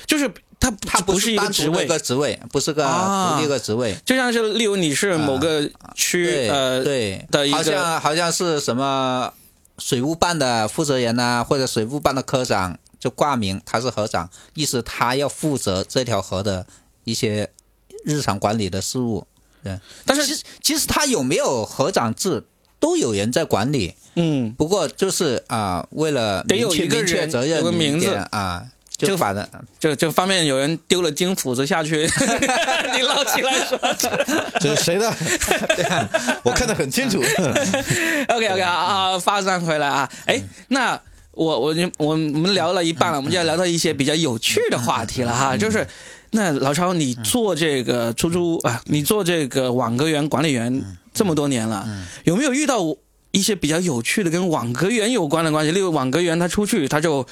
Speaker 1: 就是他
Speaker 3: 他
Speaker 1: 不
Speaker 3: 是
Speaker 1: 一个
Speaker 3: 单独
Speaker 1: 职
Speaker 3: 的
Speaker 1: 位
Speaker 3: 一，个职位，不是个
Speaker 1: 啊
Speaker 3: 独立一个职位。
Speaker 1: 就像是例如你是某个区
Speaker 3: 啊对
Speaker 1: 呃
Speaker 3: 对
Speaker 1: 的一个
Speaker 3: 好像好像是什么水务办的负责人呐、或者水务办的科长就挂名他是河长，意思他要负责这条河的一些日常管理的事务。对，
Speaker 1: 但是
Speaker 3: 其实其实他有没有河长制，都有人在管理。
Speaker 1: 嗯。
Speaker 3: 不过就是啊、为了
Speaker 1: 得有
Speaker 3: 明确
Speaker 1: 一个
Speaker 3: 明确
Speaker 1: 人
Speaker 3: 责任
Speaker 1: 有个
Speaker 3: 一
Speaker 1: 名字
Speaker 3: 点啊，
Speaker 1: 就
Speaker 3: 就把它
Speaker 1: 这这方面有人丢了金斧子下去， *laughs* 你捞起来说。
Speaker 2: 这是谁的？
Speaker 1: 啊
Speaker 2: *laughs* 我看得很
Speaker 1: *laughs*
Speaker 2: 清楚。
Speaker 1: OK OK 啊啊，发散回来啊，哎，
Speaker 3: 嗯
Speaker 1: 那我我就我们聊了一半了，我们就要聊到一些比较有趣的话题了
Speaker 3: 嗯
Speaker 1: 哈， *laughs* 就是那老超，你做这个出租啊，你做这个网格员管理员
Speaker 3: 嗯
Speaker 1: 这么多年了，有没有遇到一些比较有趣的跟网格员有关的关系？例如网格员他出去他就。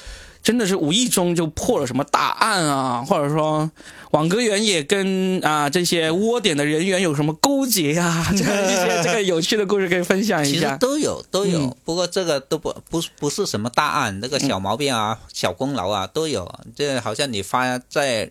Speaker 1: 真的是无意中就破了什么大案啊，或者说网格员也跟啊这些窝点的人员有什么勾结呀、 *laughs* 这样一些这个有趣的故事可以分享一
Speaker 3: 其实
Speaker 1: 下。
Speaker 3: 都有都有，
Speaker 1: 哎嗯
Speaker 3: 不过这个都不不不是什么大案，那个小毛病啊、
Speaker 1: 嗯
Speaker 3: 小功劳啊都有。这好像你发在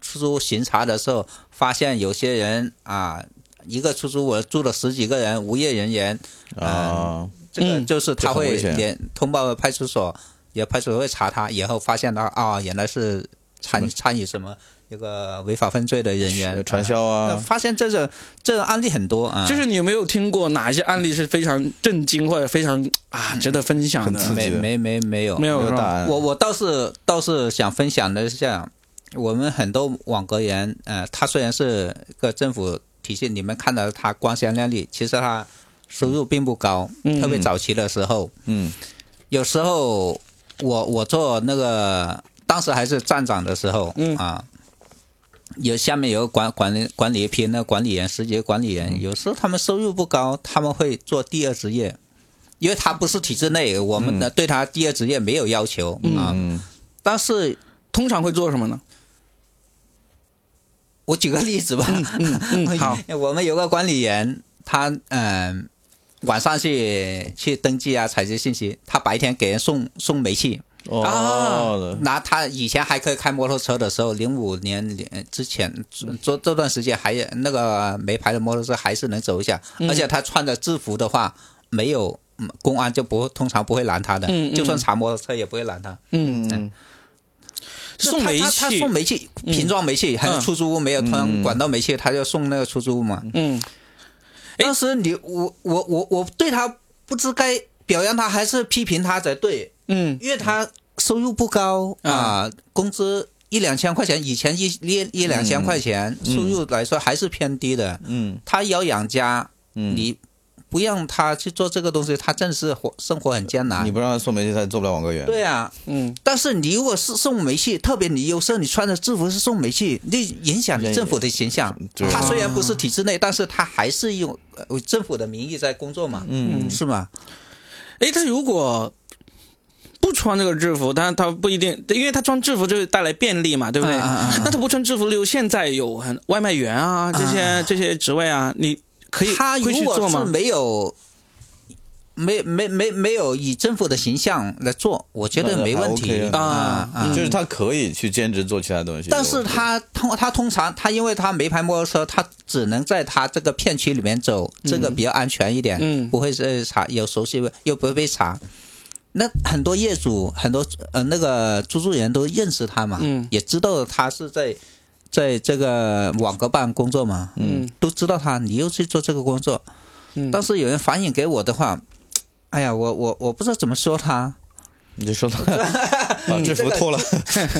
Speaker 3: 出租巡查的时候，发现有些人啊，一个出租我住了十几个人，无业人员，
Speaker 2: 啊，
Speaker 3: 这个
Speaker 1: 嗯
Speaker 3: 就是
Speaker 2: 这
Speaker 3: 他
Speaker 2: 很
Speaker 3: 会
Speaker 2: 危险
Speaker 3: 连通报派出所，也派出所会查他，以后发现他啊、原来是参参与什么一个违法犯罪的人员
Speaker 2: 传销
Speaker 3: 那
Speaker 2: 啊，
Speaker 3: 发现这种这种案例很多啊，
Speaker 1: 就是你有没有听过哪一些案例是非常震惊或者非常啊值得分享
Speaker 2: 很刺
Speaker 1: 的？
Speaker 2: 激
Speaker 3: 没没没没有
Speaker 1: 没
Speaker 2: 没
Speaker 1: 有
Speaker 2: 有
Speaker 1: 是
Speaker 2: 答
Speaker 1: 吧？
Speaker 2: 案。
Speaker 3: 我我倒是倒是想分享的是这样，我们很多网格员，呃，他虽然是个政府体系，你们看到他光鲜亮丽，其实他收入并不高，特别早期的时候，
Speaker 2: 嗯，
Speaker 3: 有时候我我做那个当时还是站长的时候，
Speaker 1: 嗯
Speaker 3: 啊，有下面有管管理管理一批那管理员十几个管理员，有时候他们收入不高，他们会做第二职业，因为他不是体制内，我
Speaker 1: 嗯
Speaker 2: 嗯
Speaker 3: 啊们呢对他第二职业没有要求啊，但是
Speaker 1: 通常会做什么呢？
Speaker 3: 我举个例子吧， *laughs*
Speaker 1: 嗯好，
Speaker 3: 我们有个管理员，他嗯、晚上去去登记啊，采集信息，他白天给人送送煤气，
Speaker 2: 哦，
Speaker 3: 拿他以前还可以开摩托车的时候，零五年呃之前这这段时间还那个没牌的摩托车还是能走一下，
Speaker 1: 嗯
Speaker 3: 而且他穿着制服的话，没有嗯公安就不通常不会拦他的，
Speaker 1: 嗯嗯
Speaker 3: 就算查摩托车也不会拦他。
Speaker 1: 嗯，送煤
Speaker 3: 他他他
Speaker 1: 气嗯
Speaker 3: 送，煤气瓶装煤气，还有出租屋没有通管道煤气，他就送那个出租屋嘛。
Speaker 1: 嗯，哎
Speaker 3: 当时你我我我我对他不知该表扬他还是批评他才对，
Speaker 1: 嗯
Speaker 3: 因为他收入不高
Speaker 1: 嗯
Speaker 3: 啊、工资一两千块钱，以前一一一两千块钱、收入来说还是偏低的。
Speaker 2: 嗯
Speaker 3: 他要养家，
Speaker 2: 嗯，
Speaker 3: 你不让他去做这个东西，他真是活生活很艰难
Speaker 2: 你。不让他送煤气，他也做不了网格员。
Speaker 3: 啊对啊，
Speaker 1: 嗯，
Speaker 3: 但是你如果是送煤气，特别你优秀，你穿的制服是送煤气，那影响你政府的形象
Speaker 2: 对。
Speaker 3: 他虽然不是体制内，但是他还是用呃政府的名义在工作嘛，嗯，是吗？
Speaker 1: 哎，他如果不穿这个制服，但他不一定，因为他穿制服就带来便利嘛，对不对？
Speaker 3: 嗯嗯嗯嗯
Speaker 1: 那他不穿制服，例如现在有很外卖员啊这些、这些职位啊，你可以
Speaker 3: 他
Speaker 1: 会
Speaker 3: 如
Speaker 1: 去做
Speaker 3: 果是
Speaker 1: 吗？
Speaker 3: 没有。没没没没有以政府的形象来做，我觉得
Speaker 2: 那
Speaker 3: 没
Speaker 2: 还
Speaker 3: 问题
Speaker 2: OK 啊
Speaker 3: 啊啊！
Speaker 2: 就是他可以去兼职做其他东西，
Speaker 3: 但是他通他通常他因为他没牌摩托车，他只能在他这个片区里面走，这个比较安全一点，
Speaker 1: 嗯
Speaker 3: 不会被查，有熟悉又不会被查。那很多业主、很多呃那个租住人都认识他嘛，
Speaker 1: 嗯
Speaker 3: 也知道他是在在这个网格办工作嘛，
Speaker 1: 嗯，
Speaker 3: 都知道他，你又去做这个工作，
Speaker 1: 嗯
Speaker 3: 当时有人反映给我的话，哎呀，我我我不知道怎么说他，
Speaker 2: 你就说
Speaker 3: *laughs*
Speaker 2: 他把制服脱了，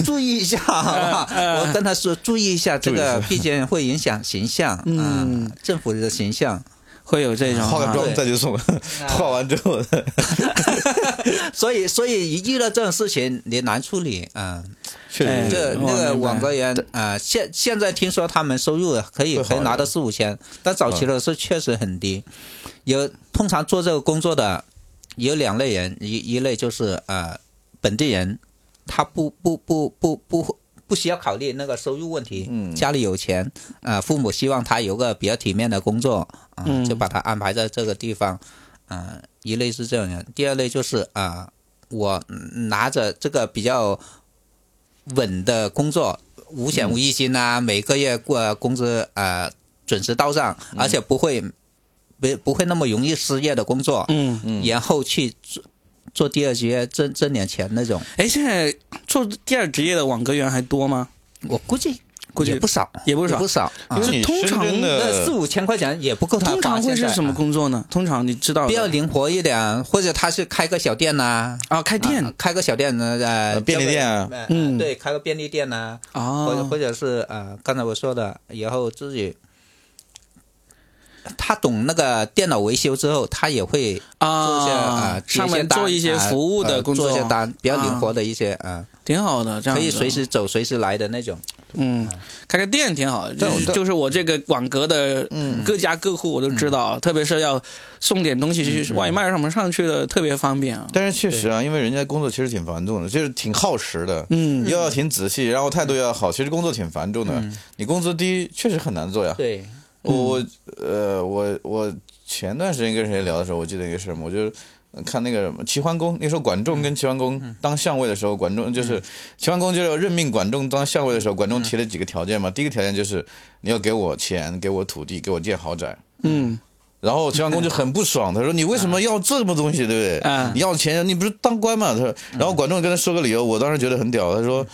Speaker 3: 注
Speaker 2: *laughs*
Speaker 3: 意一下，好吧？
Speaker 1: 呃
Speaker 3: 我跟他说注意一下，这
Speaker 2: 嗯
Speaker 3: 个
Speaker 2: 注意一下
Speaker 3: 毕竟会影响形象，
Speaker 1: 嗯
Speaker 3: 啊，政府的形象。
Speaker 1: 会有这种
Speaker 2: *laughs* 化个
Speaker 1: 啊
Speaker 2: 妆再去送，化完之后，
Speaker 3: 哎所以，所以一遇到这种事情，你难处理，嗯，
Speaker 2: 确
Speaker 1: 哎
Speaker 2: 实
Speaker 3: 这
Speaker 2: 是，嗯
Speaker 1: 我
Speaker 3: 那
Speaker 1: 明
Speaker 3: 个
Speaker 1: 白
Speaker 3: 网格员啊，现现在听说他们收入可以
Speaker 2: 会好
Speaker 3: 可以拿
Speaker 2: 一
Speaker 3: 到
Speaker 2: 点
Speaker 3: 四五千，但早期的时候确实很低。有通常做这个工作的有两类人，一一类就是呃本地人，他不不不不不不需要考虑那个收入问题，
Speaker 2: 嗯
Speaker 3: 家里有钱，呃，父母希望他有个比较体面的工作，啊、
Speaker 1: 嗯
Speaker 3: 就把他安排在这个地方，嗯、一类是这种人，第二类就是啊、我拿着这个比较稳的工作，五险无一金啊，每个月过工资呃准时到账，而且不会。不不会那么容易失业的工作，
Speaker 1: 嗯，
Speaker 3: 然后去做做第二职业挣挣点钱那种，
Speaker 1: 哎，现在做第二职业的网格员还多吗？
Speaker 3: 我估计
Speaker 1: 估计
Speaker 3: 也不少，
Speaker 1: 也不少
Speaker 3: 不少。啊
Speaker 2: 因为你
Speaker 1: 通
Speaker 2: 身
Speaker 1: 常
Speaker 2: 边
Speaker 3: 那
Speaker 2: 的
Speaker 3: 四五千块钱也不够他
Speaker 1: 通
Speaker 3: 花。
Speaker 1: 常会
Speaker 3: 现
Speaker 1: 是
Speaker 3: 在
Speaker 1: 什么
Speaker 3: 啊
Speaker 1: 工作呢？通常你知道的
Speaker 3: 比较灵活一点，或者他是开个小店呐、
Speaker 1: 啊，开店
Speaker 3: 啊开个小店呢，呃，
Speaker 2: 呃便利店啊
Speaker 3: 呃
Speaker 1: 嗯
Speaker 3: 对，开个便利店呐、
Speaker 1: 啊
Speaker 3: 或者或者是呃，刚才我说的，然后自己他懂那个电脑维修之后，他也会做一些
Speaker 1: 啊
Speaker 3: 啊，，
Speaker 1: 上面
Speaker 3: 接单
Speaker 1: 做一些
Speaker 3: 啊
Speaker 1: 服务的
Speaker 3: 呃
Speaker 1: 工作，啊
Speaker 3: 做一些单比较灵活的一些啊，
Speaker 1: 挺好的，这样
Speaker 3: 可以
Speaker 1: 子
Speaker 3: 随时走随时来的那种。
Speaker 1: 嗯，开个店挺好的，
Speaker 2: 但
Speaker 1: 就
Speaker 2: 我
Speaker 1: 是
Speaker 2: 但
Speaker 1: 就是我这个网格的
Speaker 3: 嗯
Speaker 1: 各家各户我都知道，特别是要送点
Speaker 3: 嗯
Speaker 1: 东西去外卖什么上去的，特别方便啊。
Speaker 2: 但是确实啊，因为人家工作其实挺繁重的，就是挺耗时的，
Speaker 1: 嗯
Speaker 2: 又要挺仔细，然后态度要好，其实工作挺繁重
Speaker 3: 嗯
Speaker 2: 的。你工资低，确实很难做呀。
Speaker 3: 对，
Speaker 2: 我呃，我我前段时间跟谁聊的时候，我记得一个事儿嘛，我就看那个什么齐桓公，那时候管仲跟齐桓公当相位的时候，管仲就是齐桓公就是要任命管仲当相位的时候，管仲提了几个条件嘛，第一个条件就是你要给我钱，给我土地，给我建豪宅。
Speaker 1: 嗯
Speaker 2: 然后秦桓公就很不爽，他说：“你为什么要这么东西，对不对？
Speaker 1: 嗯
Speaker 2: 你要钱，你不是当官嘛？”他说。然后管仲跟他说个理由，我当时觉得很屌。他说：“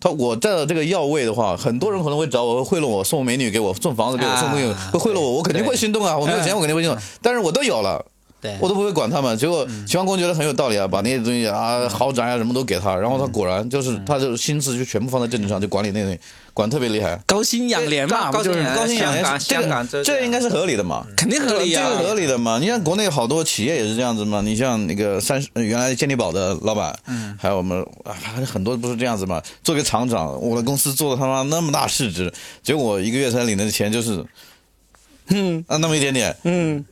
Speaker 2: 他我站到这个要位的话，很多人可能会找我，会贿赂我，送美女给我，送房子给我，
Speaker 3: 啊
Speaker 2: 送东西会贿赂我，我肯定会心动啊！我没有钱，我肯定会心动，但是我都有了。”
Speaker 3: 对
Speaker 2: 我都不会管他们。结果秦桓公觉得很有道理啊，把那些东西啊、豪宅啊什么都给他，然后他果然就是他就心思就全部放在政治上，就管理那东西，管得特别厉害。
Speaker 1: 高薪养廉嘛，
Speaker 3: 高
Speaker 1: 不就是
Speaker 3: 高薪养
Speaker 2: 高兴养这
Speaker 3: 香港香港
Speaker 2: 个
Speaker 3: 这
Speaker 2: 这应该是合理的嘛？
Speaker 1: 肯定合理啊
Speaker 2: 这个合理的嘛。你像国内好多企业也是这样子嘛。你像那个三十呃原来健力宝的老板，嗯，还有我们啊，还有很多不是这样子嘛。做个厂长，我的公司做他妈那么大市值，结果一个月才领的钱就是
Speaker 1: 嗯
Speaker 2: 啊那么一点点，
Speaker 1: 嗯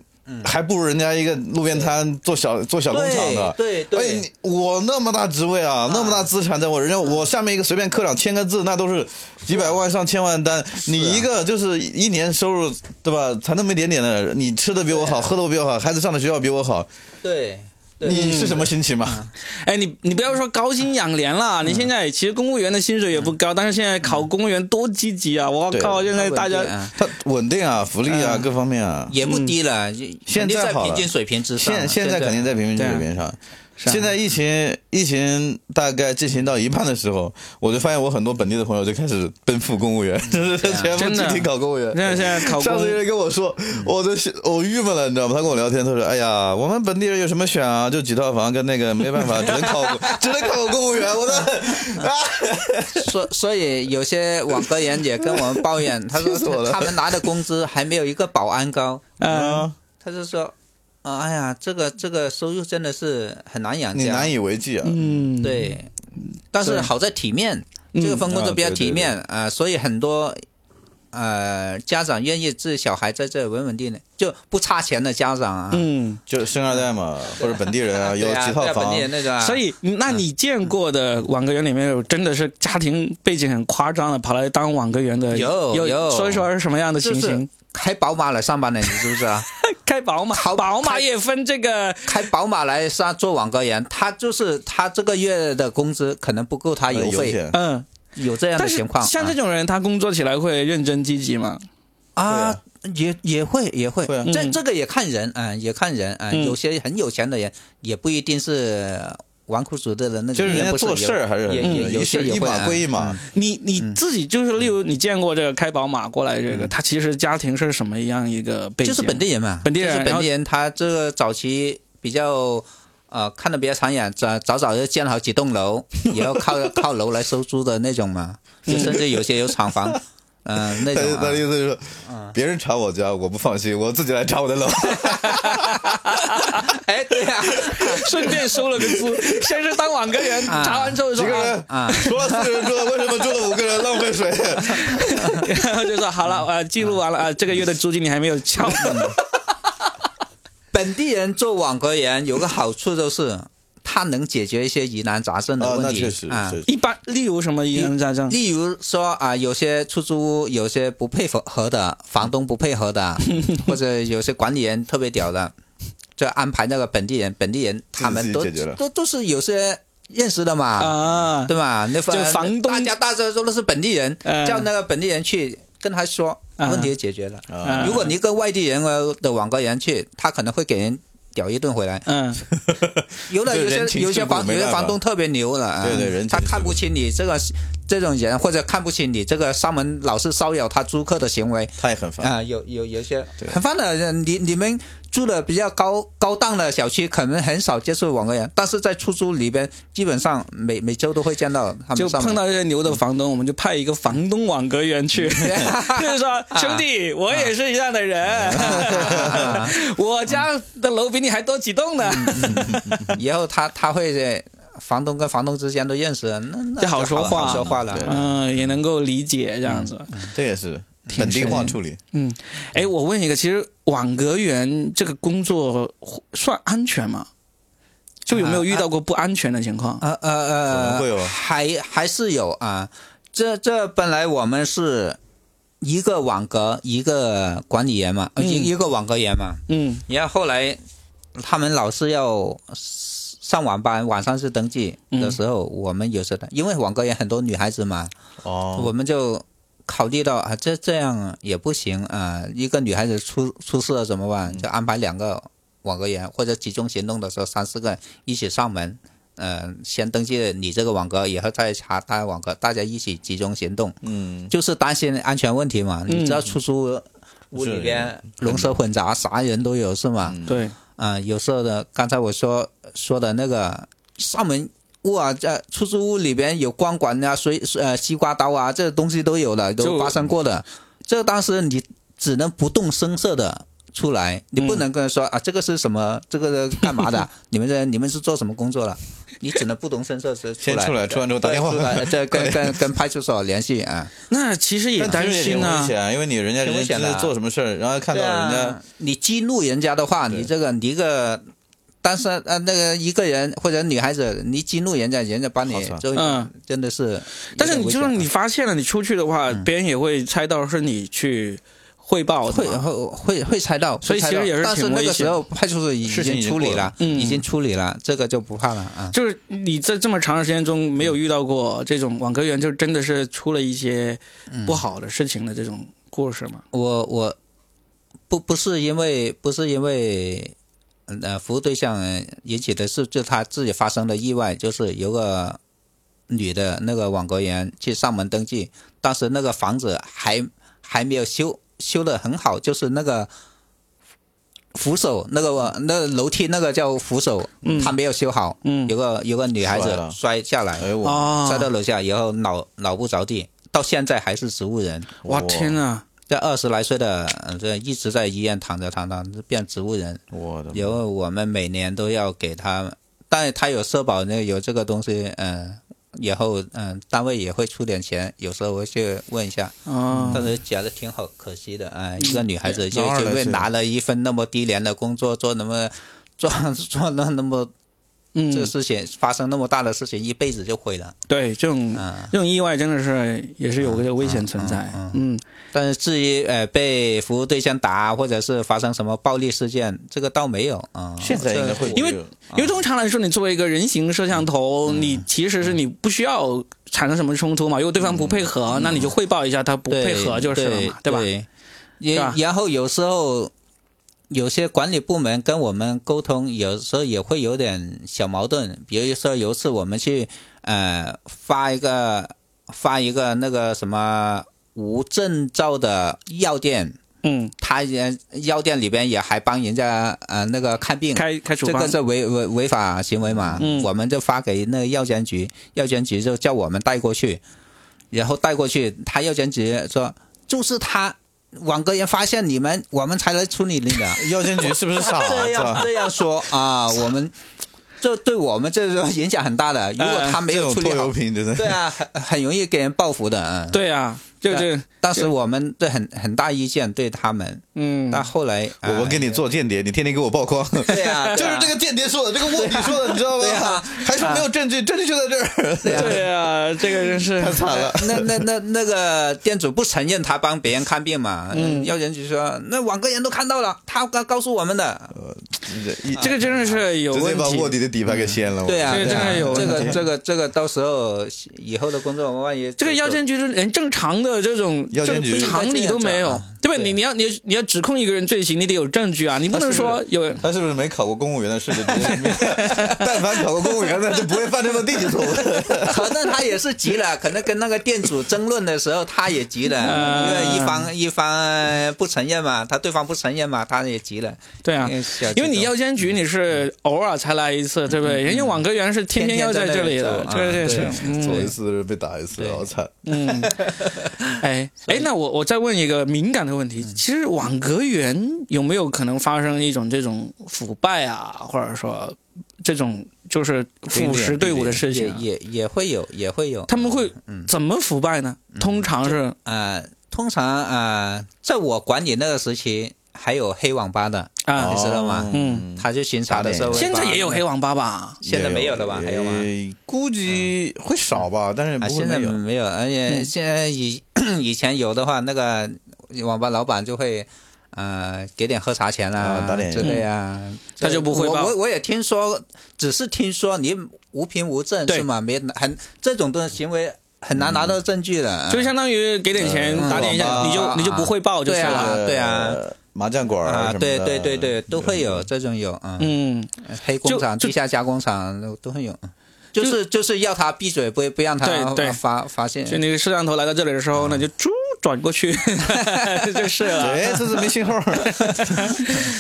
Speaker 2: 还不如人家一个路边摊做小做小工厂的。
Speaker 3: 对对对
Speaker 2: 哎，你我那么大职位啊，那么大资产在我，人家我下面一个随便科长签个字，那都是几百万上千万单。你一个就是啊一年收入对吧，才那么一点点的人，你吃的比我好，喝的比我好，孩子上的学校比我好，
Speaker 3: 对对
Speaker 2: 哎你是什么心情嘛？
Speaker 1: 哎，你你不要说高薪养廉了，
Speaker 3: 嗯
Speaker 1: 你现在其实公务员的薪水也不高，但是现在考公务员多积极啊！我
Speaker 2: 对
Speaker 1: 靠，现在
Speaker 3: 稳
Speaker 1: 大家
Speaker 3: 定啊
Speaker 2: 它稳定啊，福利啊，各方面啊。
Speaker 3: 也不低了，
Speaker 2: 现
Speaker 3: 肯定
Speaker 2: 在
Speaker 3: 在
Speaker 2: 好
Speaker 3: 平
Speaker 2: 了
Speaker 3: 均水平之上了。啊
Speaker 2: 现现在肯定在平民水平上。
Speaker 1: 啊
Speaker 2: 现在疫情疫情大概进行到一半的时候，我就发现我很多本地的朋友就开始奔赴公务员，就是 *laughs*
Speaker 3: 对啊
Speaker 2: 全部
Speaker 1: 真的
Speaker 2: 集体考公务员。
Speaker 1: 那现在考公
Speaker 2: *laughs* 上次有人跟我说，
Speaker 3: 嗯
Speaker 2: 我都是我郁闷了，你知道吗？他跟我聊天，他说：“哎呀，我们本地人有什么选啊？就几套房跟那个没办法，只能考
Speaker 3: *laughs*
Speaker 2: 只能考公务员。”我说：“啊，
Speaker 3: 所所以有些网格人也跟我们抱怨，他
Speaker 2: *laughs*
Speaker 3: 说
Speaker 2: 气死我了
Speaker 3: 他们拿的工资还没有一个保安高，
Speaker 2: *laughs*
Speaker 1: 嗯，
Speaker 3: 他就说，啊、哎呀，这个这个收入真的是很难养
Speaker 2: 你
Speaker 3: 家，
Speaker 2: 难以为继啊。”
Speaker 1: 嗯，
Speaker 3: 对，但是好在体面，
Speaker 1: 嗯
Speaker 3: 这个份工作
Speaker 2: 啊
Speaker 3: 比较
Speaker 2: 对对
Speaker 3: 体面啊、所以很多呃家长愿意自己小孩在这稳稳定的，就不差钱的家长啊，
Speaker 1: 嗯，
Speaker 2: 就生二代嘛，或者本地人啊，有
Speaker 3: 对啊
Speaker 2: 几套
Speaker 3: 对啊本
Speaker 2: 房
Speaker 3: 地，人那种啊，
Speaker 1: 所以那你见过的网格员里面有真的是家庭背景很夸张的跑来当网格员的，
Speaker 3: 有有
Speaker 1: 说一说是什么样的情
Speaker 3: 就
Speaker 1: 形
Speaker 3: 是？开宝马来上班的，你知不知道？
Speaker 1: 开宝马，
Speaker 3: 考
Speaker 1: 宝马
Speaker 3: 开
Speaker 1: 也分这个
Speaker 3: 开宝马来上做网格员，他就是他这个月的工资可能不够他
Speaker 2: 呃
Speaker 3: 邮
Speaker 2: 有
Speaker 3: 费，
Speaker 2: 钱。
Speaker 1: 嗯，
Speaker 3: 有这样的
Speaker 1: 但是
Speaker 3: 情况。
Speaker 1: 像这种人，他工作起来会认真积极吗？
Speaker 3: 啊
Speaker 2: 对
Speaker 3: 啊，也也会也会，
Speaker 2: 会啊
Speaker 3: 这
Speaker 1: 嗯
Speaker 3: 这个也看人啊、嗯也看人啊、
Speaker 1: 嗯
Speaker 3: 有些很有钱的人也不一定是纨绔子弟的那种，
Speaker 2: 就是人家
Speaker 3: 也不
Speaker 2: 做事儿还是
Speaker 3: 有
Speaker 2: 很
Speaker 3: 也也有
Speaker 2: 一
Speaker 3: 些
Speaker 2: 事
Speaker 3: 也
Speaker 2: 一
Speaker 3: 会
Speaker 2: 码
Speaker 3: 啊
Speaker 2: 归一码。
Speaker 1: 你
Speaker 3: 嗯
Speaker 1: 你自己就是，例如你见过这个开宝马过来这个，他其实家庭是什么样一个背景？
Speaker 3: 就是本地人嘛，
Speaker 1: 本地人
Speaker 3: 就是本地人，他这个早期比较。呃，看的比较长远，早早早就建好几栋楼，也要靠靠楼来收租的那种嘛，就甚至有些有厂房，嗯、那
Speaker 2: 他
Speaker 3: 种、
Speaker 2: 他的
Speaker 3: 啊
Speaker 2: 意思就是说，别人查我家我不放心，我自己来查我的楼。
Speaker 3: 哎，对呀、
Speaker 1: *laughs* 顺便收了个租，
Speaker 3: *laughs*
Speaker 1: 先是当网格员，
Speaker 3: 啊
Speaker 1: 查完之后
Speaker 2: *laughs* 几
Speaker 1: 说
Speaker 2: 个人
Speaker 1: 啊，
Speaker 3: 啊
Speaker 2: 除了四个人住的，为什么住了五个人浪费水？
Speaker 1: 然 *laughs* 后就说好了，呃，记录完了啊，这个月的租金你还没有交，
Speaker 3: 本地人做网格员有个好处就是，他能解决一些疑难杂症的
Speaker 2: 啊，那
Speaker 3: 问题。
Speaker 2: 确实
Speaker 3: 啊
Speaker 2: 是。
Speaker 1: 一般例如什么疑难杂症，
Speaker 3: 例如说啊，有些出租屋有些不配合的，房东不配合的，
Speaker 1: *laughs*
Speaker 3: 或者有些管理人特别屌的，就安排那个本地人，本地人他们都
Speaker 2: 自己解决了
Speaker 3: 都都是有些认识的嘛，
Speaker 1: 啊，
Speaker 3: 对吧？那
Speaker 1: 就房东
Speaker 3: 大家大家都是本地人，
Speaker 1: 嗯
Speaker 3: 叫那个本地人去跟他说，
Speaker 1: 嗯
Speaker 3: 问题解决了。
Speaker 2: 啊
Speaker 1: 嗯
Speaker 3: 如果你跟外地人呃的网格员去，他可能会给人屌一顿回来。
Speaker 1: 嗯，
Speaker 3: 有的
Speaker 2: 对
Speaker 3: 有
Speaker 2: 人
Speaker 3: 些
Speaker 2: 情
Speaker 3: 有
Speaker 2: 世
Speaker 3: 些
Speaker 2: 故
Speaker 3: 房
Speaker 2: 没
Speaker 3: 有些
Speaker 2: 办
Speaker 3: 房
Speaker 2: 法
Speaker 3: 东特别牛了啊，
Speaker 2: 对对人情
Speaker 3: 他
Speaker 2: 世
Speaker 3: 看
Speaker 2: 故
Speaker 3: 不清你这个这种人，或者看不清你这个上门老是骚扰他租客的行为
Speaker 2: 他也很烦。
Speaker 3: 啊、有有有些
Speaker 2: 对
Speaker 3: 很烦的。你你们住的比较高高档的小区，可能很少接触网格人，但是在出租里边，基本上每每周都会见到他们
Speaker 1: 就
Speaker 3: 上
Speaker 1: 碰
Speaker 3: 门。
Speaker 1: 到这些牛的房东，我们就派一个房东网格员去， *laughs* 啊就是说兄弟，我也是一样的 *laughs* 人，我家的楼比你还多几栋呢， *laughs*
Speaker 3: 以后他他会在房东跟房东之间都认识，那那
Speaker 1: 这好说话
Speaker 3: 好说话了。
Speaker 1: 嗯，也能够理解这样子。
Speaker 2: 这也是本地化处理，
Speaker 1: 嗯，哎，我问一个，其实网格员这个工作算安全吗？就有没有遇到过不安全的情况？
Speaker 3: 呃呃
Speaker 2: 可
Speaker 3: 呃，
Speaker 2: 能会有
Speaker 3: 还还是有啊。这这本来我们是一个网格，一个管理员嘛，呃一、
Speaker 1: 嗯
Speaker 3: 一个网格员嘛。
Speaker 1: 嗯
Speaker 3: 然后后来他们老是要上晚班，晚上是登记的时
Speaker 2: 嗯
Speaker 3: 候，我们有时候因为网格员很多女孩子嘛，
Speaker 2: 哦，
Speaker 3: 我们就。考虑到啊，这这样也不行啊、一个女孩子出出事了怎么办？
Speaker 2: 嗯
Speaker 3: 就安排两个网格员，或者集中行动的时候，三四个一起上门，呃，先登记你这个网格，以后再查他的网格，大家一起集中行动，
Speaker 2: 嗯，
Speaker 3: 就是担心安全问题嘛。
Speaker 1: 嗯
Speaker 3: 你知道出租屋里边
Speaker 2: 嗯
Speaker 3: 龙蛇混杂，啥人都有是吗？
Speaker 1: 嗯对，
Speaker 3: 啊、有时候呢，刚才我说说的那个上门屋啊，这出租屋里边有光管啊、水呃西瓜刀啊，这东西都有的，
Speaker 1: 就
Speaker 3: 都发生过的。这当时你只能不动声色的出来，你
Speaker 2: 嗯
Speaker 3: 不能跟人说、啊，这个是什么，这个干嘛
Speaker 2: *laughs*
Speaker 3: 的？你们这你们是做什么工作的？你只能不动声色是
Speaker 2: 先出来，出完之后打电话， *laughs*
Speaker 3: 这跟跟跟派出所联系啊。
Speaker 1: 那其实也
Speaker 2: 但
Speaker 1: 担
Speaker 2: 是也
Speaker 1: 心
Speaker 2: 挺危
Speaker 1: 啊。
Speaker 2: 险啊，因为你人家
Speaker 3: 挺危
Speaker 2: 人家
Speaker 3: 险的
Speaker 2: 是做什么事儿，然后看到
Speaker 3: 对
Speaker 2: 人家
Speaker 3: 啊，你激怒人家的话，你这个你一个。单身呃，那个一个人或者女孩子，你激怒人家，人家把
Speaker 2: 好
Speaker 3: 你
Speaker 2: 惨
Speaker 3: 就
Speaker 1: 嗯
Speaker 3: 真的是有点危险，
Speaker 1: 但是你就算你发现了，你出去的话，别人也会猜到是你去汇报的
Speaker 3: 会
Speaker 1: 嘛。
Speaker 3: 会会会猜到，
Speaker 1: 所以
Speaker 3: 会猜
Speaker 1: 其实
Speaker 3: 到
Speaker 1: 也是
Speaker 3: 但是
Speaker 1: 挺危
Speaker 3: 那个
Speaker 1: 险
Speaker 3: 时候派出所已
Speaker 2: 事情已
Speaker 3: 经
Speaker 2: 经
Speaker 3: 处理
Speaker 2: 过了
Speaker 3: 了，
Speaker 1: 嗯
Speaker 3: 已经处理了，这个就不怕了啊。
Speaker 1: 就是你在这么长的时间中没有遇到过这种网格员，就真的是出了一些不好的事情的这种故事吗？
Speaker 3: 我我不不是因为不是因为嗯呃服务对象引起的是就他自己发生的意外，就是有个女的那个网格员去上门登记，当时那个房子还还没有修修的很好，就是那个。扶手那个那楼梯那个叫扶手，
Speaker 1: 嗯
Speaker 3: 他没有修好，
Speaker 1: 嗯
Speaker 3: 有个有个女孩
Speaker 2: 摔
Speaker 3: 子
Speaker 2: 了
Speaker 3: 摔下来，
Speaker 2: 哎我
Speaker 1: 啊
Speaker 3: 摔，到楼下以后脑脑部着地，到现在还是植物人。
Speaker 1: 哇天哪！
Speaker 3: 这二十来岁的，呃这一直在医院躺着躺着就变植物人。
Speaker 2: 我的妈
Speaker 3: 然后我们每年都要给他，但是他有社保呢，有这个东西，嗯、以后嗯、单位也会出点钱，有时候会去问一下。
Speaker 1: 啊，
Speaker 3: 但是觉得挺好，可惜的，哎，一个女孩子
Speaker 2: 嗯
Speaker 3: 就
Speaker 2: 哪儿来
Speaker 3: 就
Speaker 2: 的
Speaker 3: 为
Speaker 2: 这个
Speaker 3: 拿了一份那么低廉的工作，做那么做做那那么
Speaker 1: 嗯，
Speaker 3: 这个事情，发生那么大的事情，一辈子就毁了。
Speaker 1: 对这种
Speaker 3: 嗯
Speaker 1: 这种意外真的是也是有个危险存在。嗯，
Speaker 3: 但是至于呃被服务对象打，或者是发生什么暴力事件，这个倒没有啊。
Speaker 2: 现在应该会有
Speaker 1: 因为
Speaker 2: 这个
Speaker 1: 因为通常来说，你作为一个人形摄像头，你其实是你不需要产生什么冲突嘛。如果对方不配合，那你就汇报一下他不
Speaker 3: 对
Speaker 1: 配合就是了嘛，
Speaker 3: 对
Speaker 1: 吧？
Speaker 3: 也
Speaker 1: 是吧
Speaker 3: 然后有时候有些管理部门跟我们沟通，有时候也会有点小矛盾。比如说有一次我们去呃发一个发一个那个什么无证照的药店，
Speaker 1: 嗯，
Speaker 3: 他也药店里边也还帮人家呃那个看病，
Speaker 1: 开开处
Speaker 3: 这
Speaker 1: 方
Speaker 3: 个，是违违违法行为嘛？
Speaker 1: 嗯
Speaker 3: 我们就发给那个药监局，药监局就叫我们带过去，然后带过去，他药监局说就是他网格人发现你们，我们才来处理你 *laughs* 的。
Speaker 2: 药监局是不是傻
Speaker 3: 这
Speaker 2: 子
Speaker 3: 样
Speaker 2: 啊？
Speaker 3: 这样说啊，我们这对我们这种影响很大的，如果他没
Speaker 2: 哎这
Speaker 3: 有
Speaker 2: 种
Speaker 3: 处理
Speaker 2: 拖油
Speaker 3: 好，
Speaker 2: 瓶，真的
Speaker 3: 对啊，很很容易给人报复的。嗯，
Speaker 1: 对啊，就就
Speaker 3: 当时我们对很很大意见对他们，
Speaker 1: 嗯，
Speaker 3: 但后来
Speaker 2: 我我给
Speaker 3: 你
Speaker 2: 你做间谍，你天天给我曝光。
Speaker 3: *laughs* 对
Speaker 2: *laughs*
Speaker 3: 啊，
Speaker 2: 就
Speaker 3: 对
Speaker 2: 是
Speaker 3: 啊
Speaker 2: 这个间谍说的，这个卧底说的，你知道吗？
Speaker 3: 对啊
Speaker 2: 还说没有证据，证据就在这儿。
Speaker 1: 对啊，这个真 *laughs* 是
Speaker 2: *laughs* 太惨了。 *laughs*
Speaker 3: 那那那那个店主不承认他帮别人看病嘛？嗯，药监局说那网格人都看到了，他告告诉我们的。
Speaker 2: 一
Speaker 1: 这个真的是有
Speaker 2: 直接
Speaker 1: 问
Speaker 2: 把卧
Speaker 1: 题。
Speaker 2: 底的底牌给掀了。
Speaker 3: 对啊，
Speaker 1: 这个
Speaker 3: 对啊
Speaker 1: 真的有
Speaker 3: 这
Speaker 1: 问
Speaker 3: 个
Speaker 1: 题
Speaker 3: 这个这个，到时候以后的工作万一
Speaker 1: 这
Speaker 3: *laughs*
Speaker 1: 个药监局就是连正常的这种
Speaker 2: 药监局
Speaker 1: 正常理都没有，对吧？
Speaker 3: 对
Speaker 1: 你你要你你要指控一个人罪行，你得有证据啊，你不能说有
Speaker 2: 他是不是没考过公务员的试就直接 *laughs* 但凡考过公务员的，就不会犯这么低级错误。
Speaker 3: 可能他也是急
Speaker 1: *laughs*
Speaker 3: 了，可能跟那个店主争论的时候他也急了，
Speaker 1: 嗯
Speaker 3: 因为一方一方不承认嘛，他对方不承认嘛，他也急了。
Speaker 1: 对啊，因为你药监局你是偶尔才来一次，对不对？人家网格员是嗯天要在这里啊的，这这
Speaker 3: 天天在那
Speaker 1: 是
Speaker 3: 里
Speaker 2: *laughs*
Speaker 3: 做
Speaker 2: 走一
Speaker 1: 嗯
Speaker 2: 次被打一次，
Speaker 3: 对
Speaker 2: 好惨。
Speaker 1: 嗯，
Speaker 3: *laughs*
Speaker 1: 哎哎，那我我再问一个敏感的问
Speaker 3: 嗯
Speaker 1: 题，其实网格员有没有可能发生一种这种腐败啊，或者说这种就是腐蚀队伍的事
Speaker 3: 也
Speaker 1: 情啊？
Speaker 3: 也也会有，也会有。嗯
Speaker 1: 他们会怎么腐败呢？通常是
Speaker 3: 呃，通常呃，在我管理那个时期，还有黑网吧的，
Speaker 1: 啊
Speaker 3: 你，知道
Speaker 2: 哦
Speaker 3: 吗
Speaker 1: 嗯
Speaker 3: 他去巡查的时候，
Speaker 1: 现在也有黑
Speaker 3: 网，
Speaker 1: 网吧吧？
Speaker 3: 现在没有了吧？还有吗？
Speaker 2: 也？估计会少吧，但是
Speaker 3: 啊，
Speaker 2: 不会
Speaker 3: 现在
Speaker 2: 没有。
Speaker 3: 没有，而且
Speaker 1: 嗯
Speaker 3: 现在以 *coughs* 以前有的话，那个网吧老板就会。呃，给点喝茶钱啦
Speaker 2: 啊，打点
Speaker 3: 之类啊，
Speaker 1: 他
Speaker 3: 这
Speaker 1: 就不汇
Speaker 3: 我
Speaker 1: 报
Speaker 3: 我我也听说，只是听说你无凭无证
Speaker 1: 对
Speaker 3: 是吗？没很这种的行为很难拿到证据的。
Speaker 1: 就相当于给点钱
Speaker 2: 嗯
Speaker 1: 打点一下，
Speaker 2: 网吧
Speaker 1: 你就你就不汇报就是
Speaker 3: 对啊
Speaker 1: 了。
Speaker 2: 呃
Speaker 3: 对啊，
Speaker 2: 麻将馆
Speaker 3: 啊，
Speaker 2: 什么的嗯
Speaker 3: 对对对对，都会有这种有啊。嗯
Speaker 1: 嗯，
Speaker 3: 黑工厂、
Speaker 1: 就就
Speaker 3: 地下加工厂都都会有，
Speaker 1: 就
Speaker 3: 就是就是要他闭嘴，不不让他
Speaker 1: 对对
Speaker 3: 发发现。
Speaker 1: 就那个摄像头来到这里的时
Speaker 3: 嗯
Speaker 1: 候呢，就猪转过去， *laughs* 就是了
Speaker 2: 哎，这次没信号。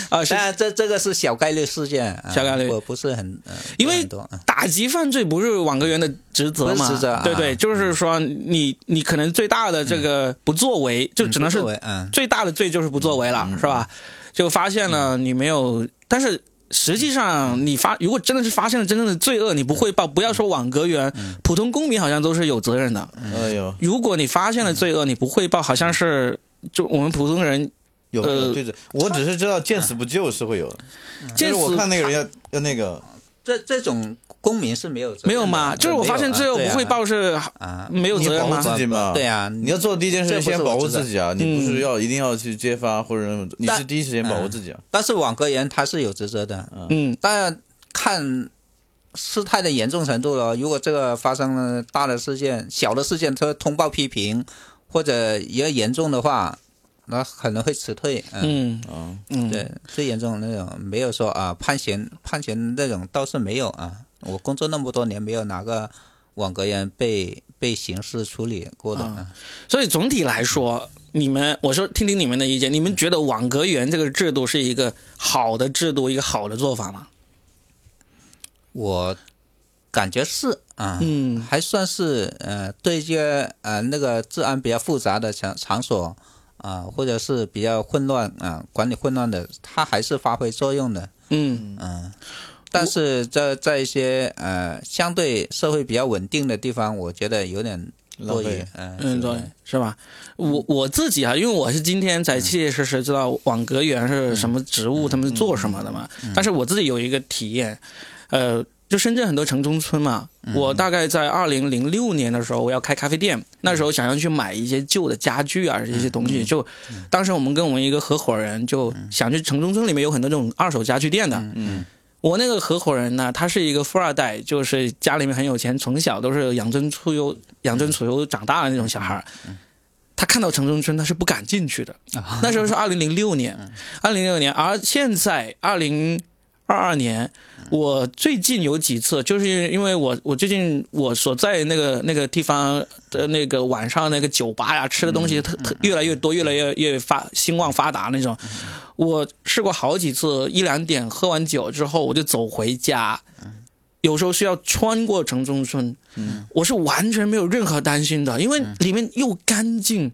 Speaker 1: 啊，是
Speaker 3: 当然，这这个是小概率事件，啊
Speaker 1: 小概率
Speaker 3: 我不是很，呃
Speaker 1: 因
Speaker 3: 不是
Speaker 1: 为
Speaker 3: 很多嗯
Speaker 1: 打击犯罪不是网格员的职责嘛？
Speaker 3: 不是职责啊
Speaker 1: 对对，就是说你你可能最大的这个不作为，就只能是
Speaker 3: 作为嗯
Speaker 1: 最大的罪就是不作为了，是吧？就发现了你没有，但是。实际上，你发如果真的是发现了真正的罪恶，你不会报。不要说网格员，普通公民好像都是有责任的。
Speaker 2: *laughs* 哎呦，
Speaker 1: 如果你发现了罪恶，你不汇报，好像是就我们普通人
Speaker 2: 有
Speaker 1: 呃
Speaker 2: 对着，我只是知道见死不救是会有的，
Speaker 1: 见
Speaker 2: 就是我
Speaker 1: 死
Speaker 2: 看那个人要要那个，
Speaker 3: 这这种公民是没有责任的
Speaker 1: 没有嘛？就是我发现罪恶
Speaker 3: 对
Speaker 1: 不
Speaker 3: 啊
Speaker 1: 汇报是
Speaker 3: 啊，
Speaker 1: 没有
Speaker 2: 你
Speaker 1: 责任
Speaker 2: 保护
Speaker 1: 吗？
Speaker 2: 自己嘛，
Speaker 3: 对啊
Speaker 2: 你要做的第一件事
Speaker 3: 这不是
Speaker 2: 先保
Speaker 3: 我
Speaker 2: 护
Speaker 3: 知道嗯
Speaker 2: 自己啊，你不是要一定要去揭发或者你是
Speaker 3: 但嗯
Speaker 2: 第一时间保护自己啊，
Speaker 3: 但是网格员他是有职责的，
Speaker 1: 嗯，
Speaker 3: 当然看事态的严重程度了。如果这个发生了大的事件，小的事件他通报批评，或者也严重的话，那可能会辞退。嗯，
Speaker 1: 嗯
Speaker 2: 嗯，
Speaker 1: 嗯，
Speaker 3: 对，最严重的那种没有说啊判刑判刑那种倒是没有啊。我工作那么多年，没有哪个网格员被被刑事处理过的。啊
Speaker 1: 所以总体来说，你们我说听听你们的意见，你们觉得网格员这个制度是一个好的制度，一个好的做法吗？
Speaker 3: 我感觉是啊，
Speaker 1: 嗯
Speaker 3: 还算是呃，对一些呃那个治安比较复杂的场场所啊、或者是比较混乱啊、管理混乱的，它还是发挥作用的。
Speaker 1: 嗯
Speaker 3: 但是在在一些呃相对社会比较稳定的地方，我觉得有点
Speaker 2: 浪
Speaker 3: 多余
Speaker 2: 费。
Speaker 3: 嗯、
Speaker 1: 嗯，对，是吧？我我自己啊，因为我是今天才切切实实知道网格员是什么职务，他们是做什么的嘛。但是我自己有一个体验，呃，就深圳很多城中村嘛，我大概在二零零六年的时候，我要开咖啡店，那时候想要去买一些旧的家具啊，这些东西，就当时我们跟我们一个合伙人就想去城中村里面有很多这种二手家具店的，
Speaker 2: 嗯，
Speaker 1: 我那个合伙人呢，他是一个富二代，就是家里面很有钱，从小都是养尊处优、养尊处优长大的那种小孩儿。他看到城中村，他是不敢进去的。那时候是二零零六年，二零零六年，而现在二零二二年，我最近有几次，就是因为我我最近我所在那个那个地方的那个晚上那个酒吧呀，吃的东西特特越来越多，越来越越发兴旺发达那种。我试过好几次，一两点喝完酒之后，我就走回家。有时候是要穿过城中村，我是完全没有任何担心的，因为里面又干净，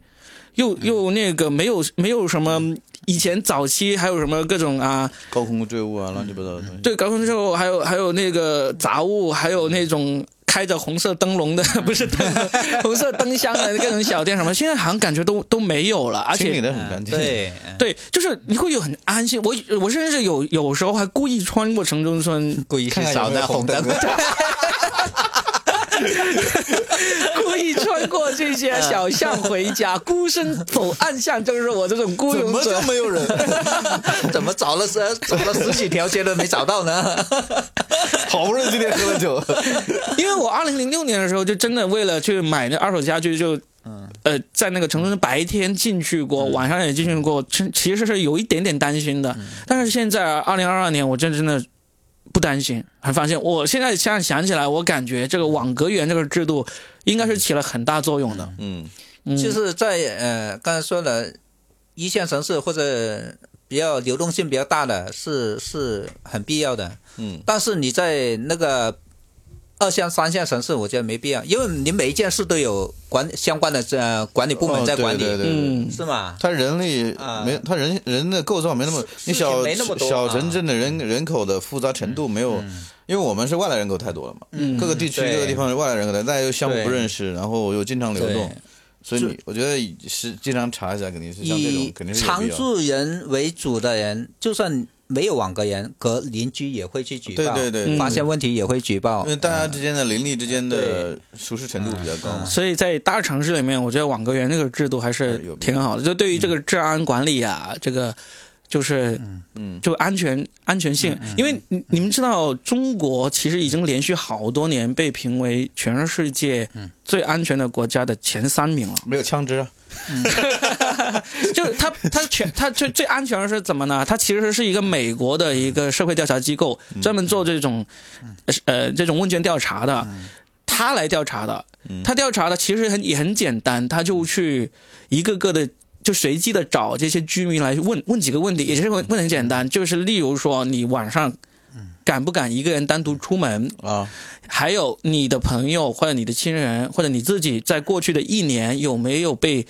Speaker 1: 又又那个没有没有什么以前早期还有什么各种啊，
Speaker 2: 高空坠物啊，乱七八糟的东西，
Speaker 1: 对，高空之后还有还有那个杂物，还有那种开着红色灯笼的， *laughs* 不是灯笼，红色灯箱的各种小店什么，现在好像感觉都都没有了，而
Speaker 2: 清理
Speaker 1: 且。
Speaker 2: 的很干净，
Speaker 3: 对，嗯
Speaker 1: 对，就是你会有很安心。我我甚至有有时候还故意穿过城中村，
Speaker 3: 故意去
Speaker 2: 看看有
Speaker 3: 扫
Speaker 2: 没有
Speaker 3: 那
Speaker 2: 红
Speaker 3: 红
Speaker 2: 灯
Speaker 3: 灯。 *laughs*
Speaker 1: 故意穿过这些小巷回家，孤身走暗巷，就是我这种孤
Speaker 2: 怎
Speaker 1: 勇
Speaker 2: 么
Speaker 1: 者
Speaker 2: 就。没有人？
Speaker 3: *laughs* 怎么找了十找了十几条街都没找到呢？
Speaker 2: *laughs* 好不容易今天喝了酒，
Speaker 1: 因为我二零零六年的时候，就真的为了去买那二手家具，就，呃，在那个城中白天进去过，晚上也进去过，其其实是有一点点担心的。但是现在二零二二年，我真真的不担心，很放心。我现在想想起来，我感觉这个网格员这个制度应该是起了很大作用的。
Speaker 2: 嗯，
Speaker 1: 嗯
Speaker 3: 就是在呃刚才说了，一线城市或者比较流动性比较大的是是很必要的。
Speaker 2: 嗯，
Speaker 3: 但是你在那个二线、三线城市，我觉得没必要，因为你每一件事都有管相关的呃管理部门
Speaker 2: 哦
Speaker 3: 在
Speaker 2: 对
Speaker 3: 管理，
Speaker 2: 对对对
Speaker 1: 嗯，
Speaker 3: 是吗？
Speaker 2: 他人力
Speaker 3: 啊
Speaker 2: 没，他人人的构造没那么，
Speaker 3: 事
Speaker 2: 你小
Speaker 3: 事情没那么多
Speaker 2: 小
Speaker 3: 啊
Speaker 2: 城镇的人人口的复杂程度没有，因为我们是外来人口太多了嘛，
Speaker 1: 嗯
Speaker 2: 各个地区
Speaker 3: 对
Speaker 2: 各个地方的外来人口太多，大家又相互不
Speaker 3: 对
Speaker 2: 认识，然后又经常流动
Speaker 3: 对，
Speaker 2: 所以你我觉得是经常查一下，肯定是像这种
Speaker 3: 以
Speaker 2: 肯定是有
Speaker 3: 常
Speaker 2: 必要的。
Speaker 3: 住人为主的人，就算没有网格人，隔邻居也会去举报，
Speaker 2: 对对对嗯
Speaker 1: 对
Speaker 3: 发现问题也会举报
Speaker 2: 因为。大家之间的邻里之间的熟识程度比较高
Speaker 3: 嗯
Speaker 2: 嘛，
Speaker 1: 所以在大城市里面，我觉得网格员这个制度还是
Speaker 2: 哎
Speaker 1: 挺好的。就对于这个治安管理啊，这个就是
Speaker 2: 嗯
Speaker 1: 就安全安全性，因为你你们知道，中国其实已经连续好多年被评为全世界
Speaker 2: 嗯
Speaker 1: 最安全的国家的前三名了。
Speaker 2: 没有枪支啊，
Speaker 1: *laughs* 就是它它全它最最安全的是怎么呢？它其实是一个美国的一个社会调查机构，专门做这种呃这种问卷调查的，他来调查的。他调查的其实很也很简单，他就去一个个的。就随机的找这些居民来问问几个问题，也是问问很简单，就是例如说你晚上敢不敢一个人单独出门，
Speaker 2: 啊，
Speaker 1: 还有你的朋友或者你的亲人或者你自己在过去的一年有没有被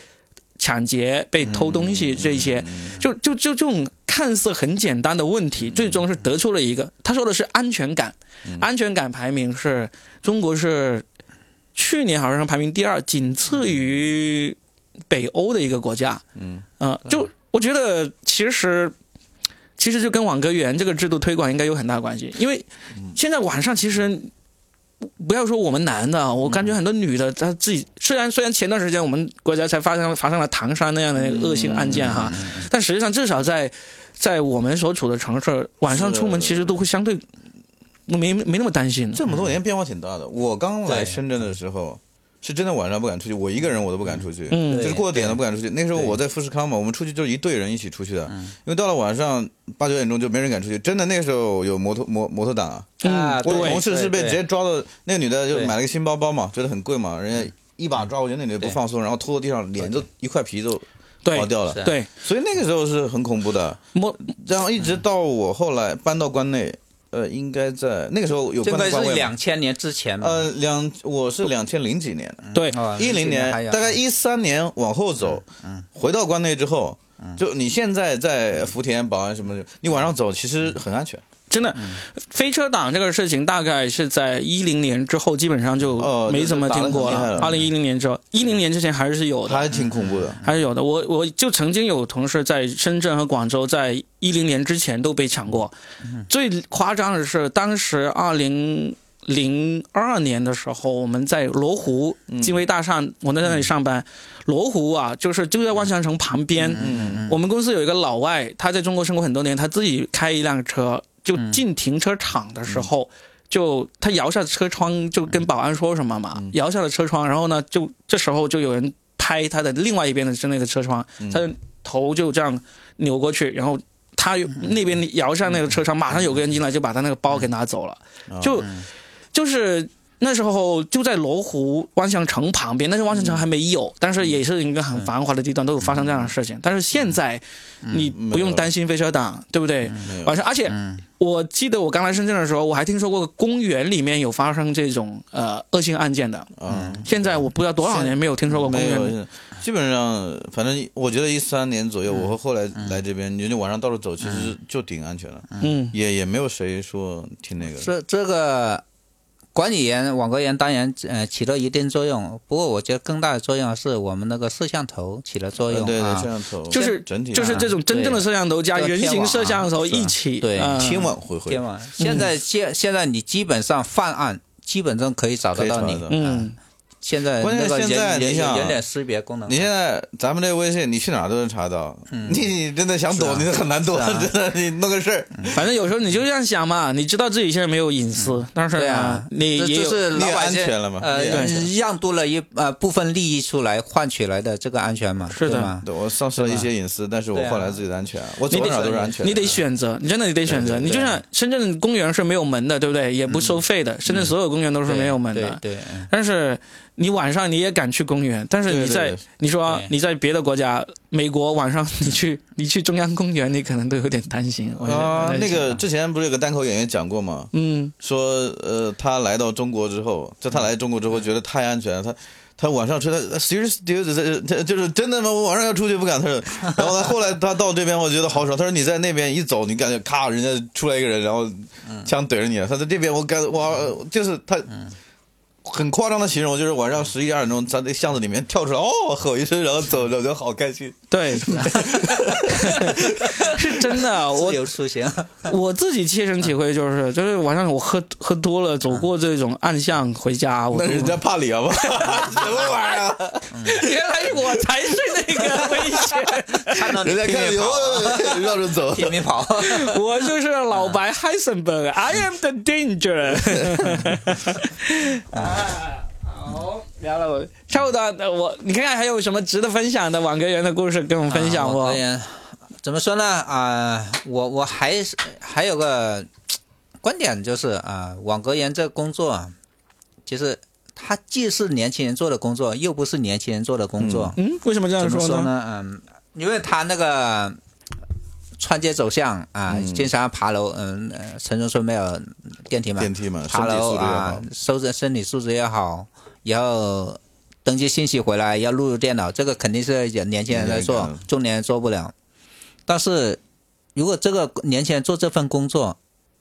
Speaker 1: 抢劫、被偷东西这些，就就就这种看似很简单的问题，最终是得出了一个，他说的是安全感，安全感排名是中国是去年好像是排名第二，仅次于北欧的一个国家，嗯，啊，就我觉得其实。其实就跟网格员这个制度推广应该有很大关系，因为现在网上其实不要说我们男的，啊我感觉很多女的她自己虽然虽然前段时间我们国家才发生发生了唐山那样的恶性案件哈，但实际上至少在在我们所处的城市，晚上出门其实都会相对没没那么担心。
Speaker 2: 这么多年变化挺大的。我刚来深圳的时候，是真的晚上不敢出去，我一个人我都不敢出去，
Speaker 1: 嗯
Speaker 2: 就是
Speaker 3: 对
Speaker 2: 过了点都不敢出去。那时候我在富士康嘛，我们出去就是一队人一起出去的，
Speaker 3: 嗯
Speaker 2: 因为到了晚上八九点钟就没人敢出去。真的那时候有摩托摩摩托党啊，
Speaker 3: 啊，
Speaker 2: 我
Speaker 3: 对
Speaker 2: 同事是被
Speaker 3: 对
Speaker 2: 直接抓到，那个女的就
Speaker 3: 对嗯
Speaker 2: 买了个新包包嘛，觉得很贵嘛，人家一把抓过去，那女的不放松，然后拖到地上，脸都一块皮都
Speaker 1: 对
Speaker 2: 跑掉了
Speaker 3: 是。啊
Speaker 1: 对，
Speaker 2: 所以那个时候是很恐怖的。
Speaker 1: 摸
Speaker 2: 然后一直到我后来搬到关内，呃，应该在那个时候有
Speaker 3: 这
Speaker 2: 搬
Speaker 3: 个
Speaker 2: 到关
Speaker 3: 是
Speaker 2: 内吗。
Speaker 3: 两千年之前嘛，
Speaker 2: 呃，两我是两千零几年，
Speaker 1: 对
Speaker 3: 哦
Speaker 2: 一零年
Speaker 3: 还有
Speaker 2: 大
Speaker 1: 嗯
Speaker 2: 概一三年往后走，回到关内之后，
Speaker 1: 嗯
Speaker 2: 就你现在在福田、宝安什么的，你晚上走其实很安全。
Speaker 1: 真的
Speaker 2: 嗯
Speaker 1: 飞车党这个事情大概是在一零年之后，基本上就
Speaker 2: 哦
Speaker 1: 没怎么
Speaker 2: 就是打
Speaker 1: 听
Speaker 2: 得
Speaker 1: 过
Speaker 2: 很厉害
Speaker 1: 了。
Speaker 2: 了
Speaker 1: 二零一零年之后，一零年之前还是有的，
Speaker 2: 还挺恐怖的。
Speaker 1: 还是有的。我我就曾经有同事在深圳和广州，在一零年之前都被抢过。
Speaker 2: 嗯
Speaker 1: 最夸张的是，当时二零零二年的时候，我们在罗湖
Speaker 2: 嗯
Speaker 1: 金威大厦，我在那里上班。罗湖啊，就是就在万象城旁边。
Speaker 2: 嗯
Speaker 1: 我们公司有一个老外，他在中国生活很多年，他自己开一辆车，就进停车场的时候。就他摇下车窗，就跟保安说什么嘛，摇下了车窗，然后呢，就这时候就有人拍他的另外一边的是那个车窗，
Speaker 2: 嗯
Speaker 1: 他的头就这样扭过去，然后他又那边摇上那个车窗，马上有个人进来就把他那个包给拿走了，
Speaker 2: 啊嗯
Speaker 1: 就就是。那时候就在罗湖万象城旁边，但是万象城还没
Speaker 2: 嗯
Speaker 1: 有，但是也是一个很繁华的地段，都有发生这样的事情。但是现在你
Speaker 2: 嗯
Speaker 1: 不用担心飞车党，对不对？
Speaker 2: 没有
Speaker 1: 晚上，而且
Speaker 2: 嗯
Speaker 1: 我记得我刚来深圳的时候，我还听说过公园里面有发生这种呃恶性案件的。
Speaker 2: 嗯，
Speaker 1: 现在我不知道多少年没有听说嗯过公
Speaker 2: 没
Speaker 1: 园嗯里
Speaker 2: 有，基本上反正我觉得一三年左右，我和后来来这边，你就晚上到处走，其实就挺安全的，
Speaker 1: 嗯
Speaker 2: 也也没有谁说挺那个的。
Speaker 3: 这这个管理员、网格员当然呃起了一定作用，不过我觉得更大的作用是我们那个摄像头起了作
Speaker 2: 呃
Speaker 3: 用
Speaker 2: 对对，
Speaker 3: 啊
Speaker 2: 摄。像头
Speaker 1: 就是
Speaker 2: 整体啊
Speaker 1: 就是这种真正的摄像头加
Speaker 3: 对
Speaker 1: 人形摄像头一起，
Speaker 3: 对
Speaker 1: 嗯
Speaker 2: 天网啊恢恢
Speaker 3: 天，网，现
Speaker 2: 嗯
Speaker 3: 在现现在你基本上犯案，基本上可以找
Speaker 2: 可
Speaker 3: 得
Speaker 2: 以
Speaker 3: 到
Speaker 2: 查得
Speaker 3: 你。
Speaker 2: 到。
Speaker 1: 嗯，
Speaker 3: 现在
Speaker 2: 关键
Speaker 3: 那个
Speaker 2: 现在
Speaker 3: 人
Speaker 2: 你
Speaker 3: 人
Speaker 2: 想啊
Speaker 3: 人脸识别功能
Speaker 2: 你，现在咱们这微信，你去哪儿都能查到。你你真的想
Speaker 3: 嗯是
Speaker 2: 躲，
Speaker 3: 啊
Speaker 2: 你很难躲
Speaker 3: 是，啊
Speaker 2: 真的。你弄个事儿，
Speaker 1: 反正有时候你就这样想嘛，你知道自己现在没有隐
Speaker 2: 嗯
Speaker 1: 私，但是
Speaker 3: 对
Speaker 1: 呢
Speaker 3: 啊，，
Speaker 1: 你
Speaker 3: 这
Speaker 1: 也
Speaker 3: 就
Speaker 1: 有
Speaker 3: 是老
Speaker 2: 你
Speaker 3: 百
Speaker 2: 也
Speaker 3: 姓
Speaker 2: 安全了嘛
Speaker 3: 呃
Speaker 2: 你也安全，
Speaker 3: 让渡了一呃部分利益出来换取来的这个安全嘛，
Speaker 1: 是的
Speaker 3: 对吗？
Speaker 2: 对我丧失了一些隐私，但是我
Speaker 3: 嗯对啊
Speaker 2: 换来自己的安全，我
Speaker 1: 你
Speaker 2: 走
Speaker 1: 得
Speaker 2: 哪儿都是安全的。
Speaker 1: 你得选择，你真的你得选择。
Speaker 2: 对对对
Speaker 1: 你就像深圳公园是没有门的，对不对？也不收费
Speaker 2: 嗯
Speaker 1: 的，深圳所有公园都是没有门的。
Speaker 3: 对对，嗯对
Speaker 1: 但是你晚上你也敢去公园，但是你
Speaker 2: 对对
Speaker 1: 在
Speaker 2: 对
Speaker 1: 你说
Speaker 3: 对
Speaker 1: 你在别的国家，美国晚上你
Speaker 2: *laughs*
Speaker 1: 去你去中央公园，你可能都有点担心。我觉得
Speaker 2: 啊，那个
Speaker 1: 嗯
Speaker 2: 之前不是有个单口演员讲过吗？
Speaker 1: 嗯
Speaker 2: 说呃，他来到中国之后，就他来中国之后觉得太安全了，他。他晚上出来呃，serious dude，他就是真的吗？我晚上要出去不敢。他说， *laughs* 然后他后来他到这边，我觉得好爽。他说你在那边一走，你感觉咔，人家出来一个人，然后枪怼着你了。啊他在这边，我感我呃就是他很夸张的形容，就是晚上十一二点钟，在那巷子里面跳出来，哦，吼一声，然后走着，我就好开心。 *laughs*
Speaker 1: 对， *laughs* 是真的。我
Speaker 3: 自由出
Speaker 2: *laughs*
Speaker 3: 行， *laughs*
Speaker 1: 我自己切身体会就是， *laughs* 就是晚上我喝喝多了，走过这种暗巷回家，我
Speaker 2: 那
Speaker 1: 都
Speaker 2: 人家怕你 *laughs* 好不好？什么玩意儿？啊
Speaker 1: *laughs* 原来我才是那个危险，
Speaker 3: 看到
Speaker 2: 人家看你，哦绕着走。
Speaker 3: 拼命跑，
Speaker 1: 我就是老
Speaker 3: *laughs* 啊
Speaker 1: 白 Heisenberg，I am the danger。啊，好，聊了我差不多，呃我你看看还有什么值得分享的网格员的故事跟我们分享
Speaker 3: 啊
Speaker 1: 不？
Speaker 3: 我个人怎么说呢？啊、我我还是还有个观点就是啊、网格员这工作啊，其实它既是年轻人做的工作，又不是年轻人做的工作。
Speaker 1: 嗯，为什么这样
Speaker 3: 怎么
Speaker 1: 说
Speaker 3: 说
Speaker 1: 呢？
Speaker 3: 呢？嗯，因为他那个穿街走巷啊，经常爬楼。嗯，呃城中村没有电梯
Speaker 2: *laughs*
Speaker 3: 嘛，
Speaker 2: 电梯嘛，身
Speaker 3: 爬
Speaker 2: 体素
Speaker 3: 楼
Speaker 2: 质也好
Speaker 3: 啊，，收着身体素质也好，然后登记信息回来要录入电脑，这个肯定是有年轻人来
Speaker 2: 年
Speaker 1: 嗯
Speaker 2: 轻
Speaker 3: 做
Speaker 2: 人干，
Speaker 3: 中年人做不了。但是如果这个年轻人做这份工作，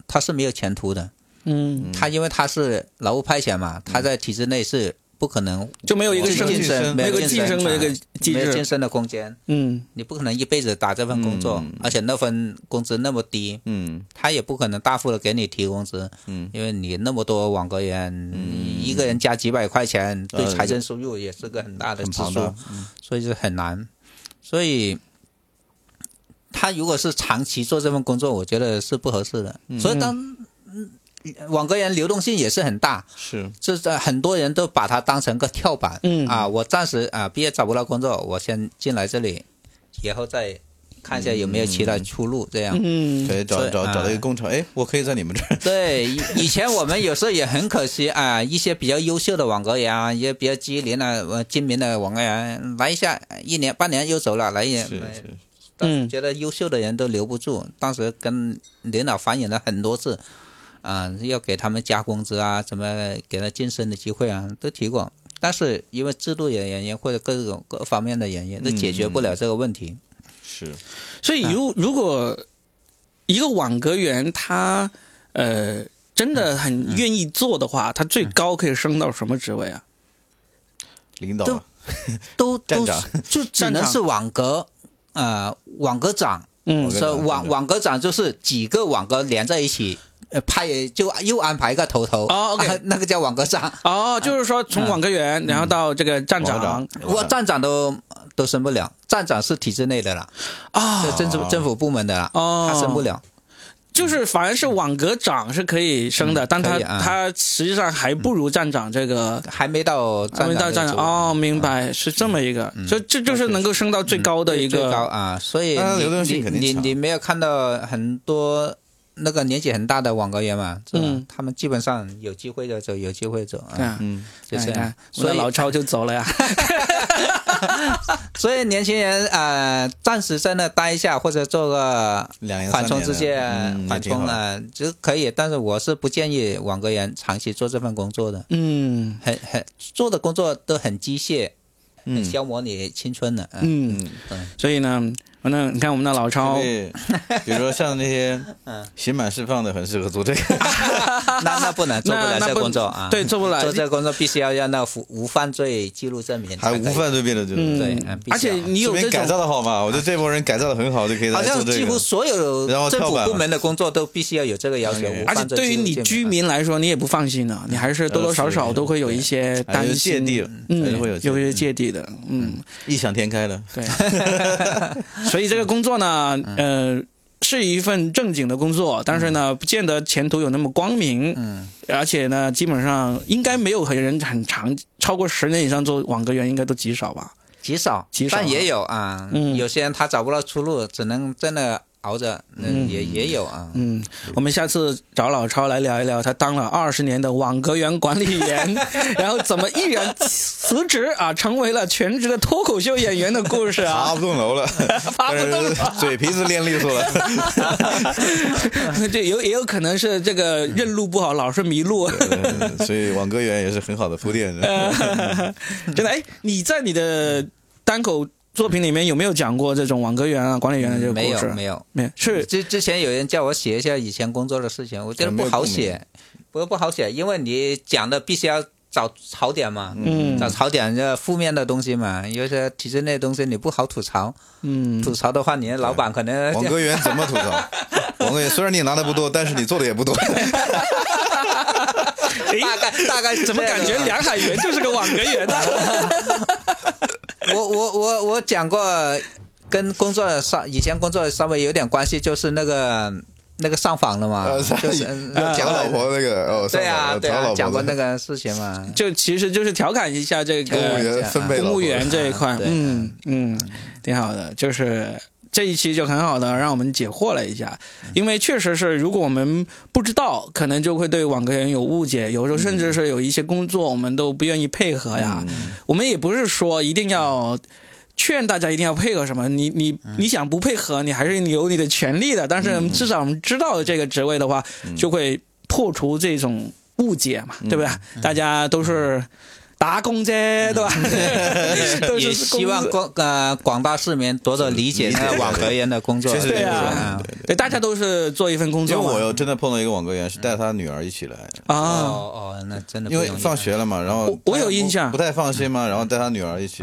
Speaker 3: 他是没有前途的。
Speaker 1: 嗯，
Speaker 3: 他因为他是劳务派遣嘛，他在体制内是不可能
Speaker 1: 就没有一个
Speaker 2: 往
Speaker 1: 升
Speaker 2: 上
Speaker 3: 晋
Speaker 2: 去
Speaker 1: 级，
Speaker 2: 升
Speaker 3: 升，
Speaker 1: 没有
Speaker 3: 有
Speaker 1: 一个
Speaker 3: 晋
Speaker 1: 晋升的一个机
Speaker 3: 没有晋
Speaker 1: 制，
Speaker 3: 升的空间。
Speaker 1: 嗯
Speaker 3: 你不可能一辈子打这份工作，
Speaker 2: 嗯
Speaker 3: 而且那份工资那么低，
Speaker 2: 嗯
Speaker 3: 他也不可能大幅的给你提工资，
Speaker 2: 嗯，
Speaker 3: 因为你那么多网格员，你一个人加几百块钱，对财政收入也是个很大的
Speaker 2: 很
Speaker 3: 支
Speaker 2: 庞
Speaker 3: 出
Speaker 2: 大，嗯
Speaker 3: 所以是很难。所以，他如果是长期做这份工作，我觉得是不合适的。所以当嗯网格员流动性也是很大，
Speaker 2: 是
Speaker 3: 这这很多人都把它当成个跳板，
Speaker 1: 嗯
Speaker 3: 啊，我暂时啊毕业找不到工作，我先进来这里，以后再看一下有没有其他出路，这样。
Speaker 1: 嗯，
Speaker 2: 可以找
Speaker 3: 所以
Speaker 2: 找找到一个
Speaker 3: 啊
Speaker 2: 工厂，哎，我可以在你们这儿，
Speaker 3: 对，以以前我们有时候也很可惜啊，一些比较优秀的网格员啊，一些比较机灵的、呃精明的网格员，来一下一年半年又走了，来一年
Speaker 2: 是，
Speaker 3: 来
Speaker 2: 是
Speaker 3: 但
Speaker 1: 嗯
Speaker 3: 是觉得优秀的人都留不住，当时跟领导反映了很多次，啊、要给他们加工资啊，怎么给他晋升的机会啊，都提过。但是因为制度的原因或者各种各方面的原因，都解决不了这个问题。
Speaker 2: 是，
Speaker 1: 所
Speaker 3: 嗯
Speaker 1: 以如如果一个网格员他呃真的很愿意做的话，他最高可以升到什么职位啊？
Speaker 2: 领导
Speaker 3: 就
Speaker 2: 啊
Speaker 3: 都
Speaker 2: 站
Speaker 3: 都
Speaker 2: 长
Speaker 3: 是就只能是网格，呃，网格长，
Speaker 1: 嗯
Speaker 2: 网格
Speaker 3: 所以
Speaker 2: 长
Speaker 3: 网
Speaker 2: 对
Speaker 3: 网格长就是几个网格连在一起，呃，派就又安排一个头头，
Speaker 1: 哦，OK
Speaker 3: 啊 *laughs* 那个叫网格长，
Speaker 1: 哦，就是说从网格员，然后到这个站
Speaker 3: 嗯
Speaker 2: 网
Speaker 1: 长
Speaker 3: 我站长都都升不了，站长是体制内的了，
Speaker 1: 啊
Speaker 3: 这，政府政府部门的了，
Speaker 1: 哦
Speaker 3: 他升不了，
Speaker 1: 就是反而是网格长是可以升的，但他
Speaker 3: 可以啊
Speaker 1: 他实际上还不如站长这个。
Speaker 3: 还没到
Speaker 1: 还没到站
Speaker 3: 嗯长
Speaker 1: 长哦，明白是这么一个，所以这就是能够升到最高的一
Speaker 3: 嗯最高
Speaker 1: 个，
Speaker 3: 啊，所以
Speaker 2: 当然流动性
Speaker 3: 你
Speaker 2: 肯
Speaker 3: 你
Speaker 2: 定
Speaker 3: 你
Speaker 2: 强
Speaker 3: 你没有看到很多。那个年纪很大的网格员嘛，是吧？
Speaker 1: 嗯
Speaker 3: 他们基本上有机会就走，有机会走啊，
Speaker 1: 啊，
Speaker 2: 嗯，
Speaker 3: 就这
Speaker 1: 哎
Speaker 3: 样
Speaker 1: 呀。我
Speaker 3: 所
Speaker 1: 的
Speaker 3: 以
Speaker 1: 老超就走了呀，
Speaker 3: 所以年轻人呃，暂时在那待一下，或者做个
Speaker 2: 两年
Speaker 3: 缓
Speaker 2: 三
Speaker 3: 冲
Speaker 2: 年
Speaker 3: 之
Speaker 2: 的
Speaker 3: 戒
Speaker 2: 嗯，也
Speaker 3: 缓
Speaker 2: 挺
Speaker 3: 冲
Speaker 2: 好的
Speaker 3: 啊，就可以。但是我是不建议网格员长期做这份工作的，
Speaker 1: 嗯
Speaker 3: 很很做的工作都很机械，
Speaker 2: 嗯
Speaker 3: 很消磨你青春的。嗯，
Speaker 1: 嗯，所以呢，反正你看我们的老超，
Speaker 2: 对，比如说像那些刑满释放的，很适合做这个。
Speaker 1: *laughs*
Speaker 3: 那那不能做不
Speaker 1: 那
Speaker 3: 了
Speaker 1: 那
Speaker 3: 这
Speaker 1: 不
Speaker 3: 工作啊，
Speaker 1: *laughs* 对做不了
Speaker 3: 做这工作必须要要那无无犯罪啊记录证明，
Speaker 2: 还无犯罪变得就
Speaker 1: 嗯
Speaker 2: 是，
Speaker 3: 对嗯必须
Speaker 1: 而且
Speaker 3: 啊
Speaker 1: 你有
Speaker 2: 说
Speaker 1: 这
Speaker 2: 明改
Speaker 1: 种，
Speaker 2: 造的好嘛？我觉得这波人改造的很好，就可以
Speaker 3: 好
Speaker 2: 来做
Speaker 3: 像
Speaker 2: 这
Speaker 3: 几乎
Speaker 2: 个。
Speaker 3: 所有
Speaker 2: 然后
Speaker 3: 政
Speaker 2: 跳
Speaker 3: 府
Speaker 2: 板
Speaker 3: 部
Speaker 2: 了
Speaker 3: 门的工作都必须要有这个要求，
Speaker 2: 嗯
Speaker 3: 无
Speaker 1: 而且
Speaker 3: 犯罪
Speaker 1: 对于
Speaker 3: 记录
Speaker 1: 你
Speaker 3: 证明
Speaker 1: 居民来说，你也不放心啊，你还是多多少少都会有一些
Speaker 2: 还
Speaker 1: 担
Speaker 2: 有芥
Speaker 1: 心，
Speaker 2: 蒂，还是
Speaker 1: 嗯，
Speaker 2: 会有
Speaker 1: 有一些芥
Speaker 2: 芥蒂
Speaker 1: 蒂的，嗯，
Speaker 2: 异想天开的。
Speaker 1: 对，所以这个工作呢，呃，是一份正经的工作，但是呢，不见得前途有那么光明。
Speaker 3: 嗯，
Speaker 1: 而且呢，基本上应该没有很人很长，超过十年以上做网格员应该都极少吧。
Speaker 3: 极少，
Speaker 1: 极少啊
Speaker 3: 但也有啊。
Speaker 1: 嗯
Speaker 3: 有些人他找不到出路，只能在那熬着，嗯，也也有啊。
Speaker 1: 嗯，我们下次找老超来聊一聊，他当了二十年的网格员管理
Speaker 3: *laughs*
Speaker 1: 员，然后怎么毅然辞职啊，成为了全职的脱口秀演员的故事啊
Speaker 2: 爬。不动楼了，
Speaker 1: 爬不动楼 *laughs*
Speaker 2: 但 *laughs* 是嘴皮子练利索了。
Speaker 1: 对，有也有可能是这个认路不好，老是迷路。
Speaker 2: 嗯所以网格员也是很好的铺垫。
Speaker 1: 真的，哎，你在你的单口作品里面有没有讲过这种网格员啊、管理员的这个
Speaker 3: 嗯没
Speaker 1: 故事？
Speaker 3: 有没有，
Speaker 1: 没有，是
Speaker 3: 之之前有人叫我写一下以前工作的事情，我觉得
Speaker 2: 呃没有
Speaker 3: 不好
Speaker 2: 共鸣
Speaker 3: 写，不不好写，因为你讲的必须要找槽点嘛，
Speaker 1: 嗯
Speaker 3: 找槽点这负面的东西嘛，有些体制内的东西你不好吐槽，
Speaker 1: 嗯，
Speaker 3: 吐槽的话，你的老板可
Speaker 1: *laughs*
Speaker 3: 能
Speaker 2: 网格员怎么吐槽？网格员虽然你拿的不多，但是你做的也不
Speaker 1: *laughs*
Speaker 2: 多。
Speaker 3: *laughs*
Speaker 2: 哎
Speaker 3: 大概
Speaker 2: *laughs*
Speaker 3: 大概是
Speaker 1: 怎么
Speaker 3: 这样
Speaker 1: 感
Speaker 3: 的
Speaker 1: 觉
Speaker 3: 吧
Speaker 1: 梁海源就是个网格员啊呢？
Speaker 3: *laughs* 我我我我讲过，跟工作上以前工作稍微有点关系，就是那个那个上访了嘛，
Speaker 1: 啊
Speaker 2: 呃上
Speaker 3: 就是
Speaker 2: 讲老婆那个哦，
Speaker 3: 对啊
Speaker 2: 上
Speaker 3: 对
Speaker 2: 找老
Speaker 3: 啊，
Speaker 2: 婆
Speaker 3: 讲过那个事情嘛。
Speaker 1: 就其实就是调侃一下这
Speaker 2: 公务
Speaker 1: 个
Speaker 2: 员分配老
Speaker 1: 公
Speaker 2: 婆
Speaker 1: 务员这一块，
Speaker 3: 对
Speaker 1: 嗯嗯，挺好的，就是。这一期就很好的让我们解惑了一下，因为确实是，如果我们不知道，可能就会对网格员有误解，有时候甚至是有一些工作我们都不愿意配合哎呀。我们也不是说一定要劝大家一定要配合什么，你你你想不配合，你还是有你的权利的。但是至少我们知道这个职位的话，就会破除这种误解嘛，对不对？大家都是。打工啫，对 *laughs*
Speaker 3: *laughs*
Speaker 1: 吧？都是
Speaker 3: 也希望
Speaker 1: 工资
Speaker 3: 广呃广大市民多多理解那个网格员的工作，嗯
Speaker 2: 确实
Speaker 1: 对
Speaker 2: 这样
Speaker 1: 啊，对，大家都是做一份工
Speaker 2: 因为
Speaker 1: 作嘛。
Speaker 2: 我有真的碰到一个网格员，是带他女儿一起来，
Speaker 3: 哦
Speaker 1: 啊，
Speaker 3: 哦，那真的不
Speaker 2: 因为
Speaker 3: 容易
Speaker 2: 放学了嘛，然后
Speaker 1: 我我有
Speaker 2: 他
Speaker 1: 印
Speaker 2: 不
Speaker 1: 象嗯
Speaker 2: 不太放心嘛，然后带他女儿一起。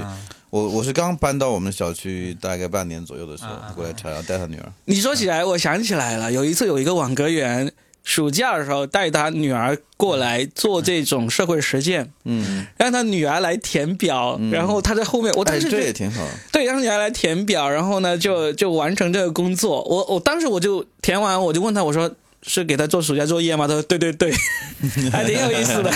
Speaker 2: 我我是刚搬到我们小区大概半年左右的时候
Speaker 1: 嗯
Speaker 2: 过来查，然后带他女儿。
Speaker 1: 你说起来，我想起来了，有一次有一个网格员，暑假的时候带他女儿过来做这种社会实践，
Speaker 2: 嗯，
Speaker 1: 让他女儿来填表，然后他在后面，我当
Speaker 2: 哎，
Speaker 1: 时就
Speaker 2: 这也挺好。
Speaker 1: 对，让女儿来填表，然后呢就就完成这个工作。我我当时我就填完，我就问他，我说。是给他做暑假作业吗？他说对对对，还挺有意思的。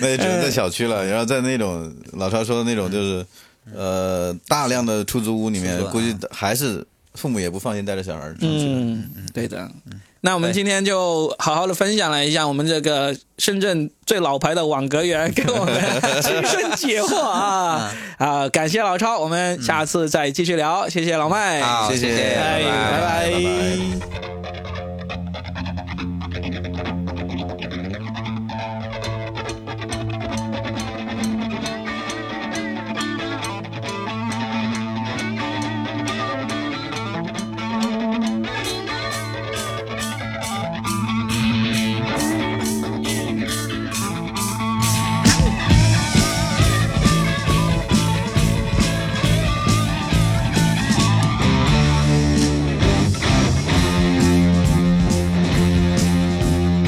Speaker 2: 那也只能在小区了，然后在那种老超说的那种就是，呃，大量的出租屋里面
Speaker 3: 出租，啊
Speaker 2: 估计还是父母也不放心带着小孩儿出去。
Speaker 1: 嗯，对的。那我们今天就好好的分享了一下我们这个深圳最老牌的网格员给我们亲身解惑啊啊！感谢老超，我们下次再继续聊，谢谢老麦，
Speaker 3: 好
Speaker 2: 谢
Speaker 3: 谢谢
Speaker 1: 哎
Speaker 3: 拜
Speaker 1: 拜
Speaker 3: 拜
Speaker 2: 拜拜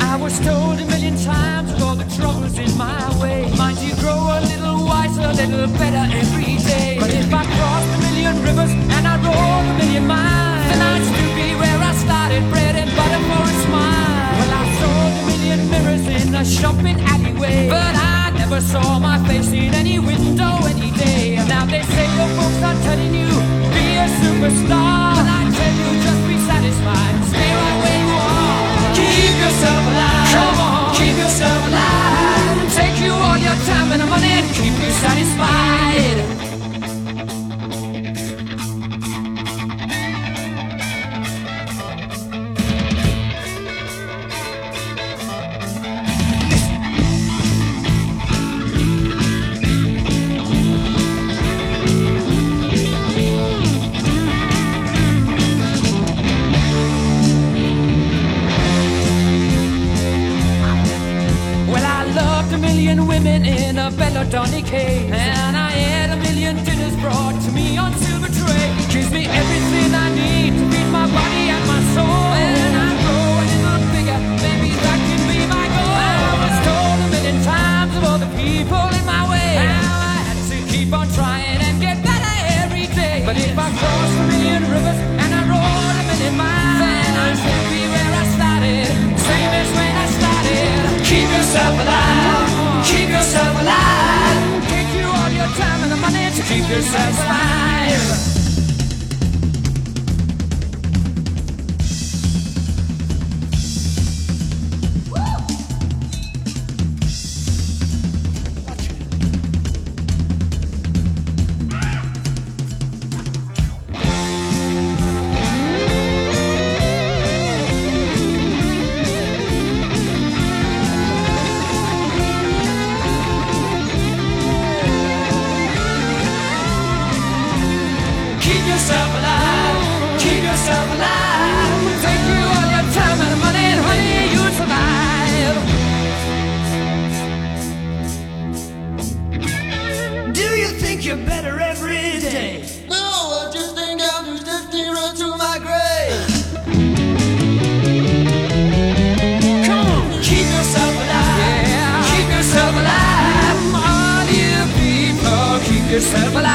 Speaker 4: I was told a million times with all the troubles in my way. Mind you grow a little wiser, a little better every day. But if I crossed a million rivers and I rode a million miles, then I'd still be where I started, bread and butter for a smile. Well, I sold a million mirrors in a shopping alleyway, but I never saw my face in any window any day. Now they say the folks are telling you be a superstar, but I tell you just be satisfied, stay right where you are. Keep yourself alive. Come on, keep yourself alive. Take you all your time and money and keep you satisfied. Well, I loved a million women in a belladonna case. And I had a million dinners brought to me on silver tray. Gives me everything I need to feed my body and my soul. And I grow a little bigger, maybe that can be my goal. I was told a million times of all the people in my way. How I had to keep on trying and get better every day. But if I cross a million rivers and I roll a million miles, then I should be where I started. Same as when I started. Keep yourself alive. Keep yourself alive. Take you all your time and the money to keep yourself alive. Keep yourself alive. Keep yourself alive. Take you all your time and money and honey, you survive. Do you think you're better every day?
Speaker 5: No, I just think I'm just drifting right to my grave.
Speaker 4: Come on. Keep yourself alive. Keep yourself alive. All you people, keep yourself alive. Uh,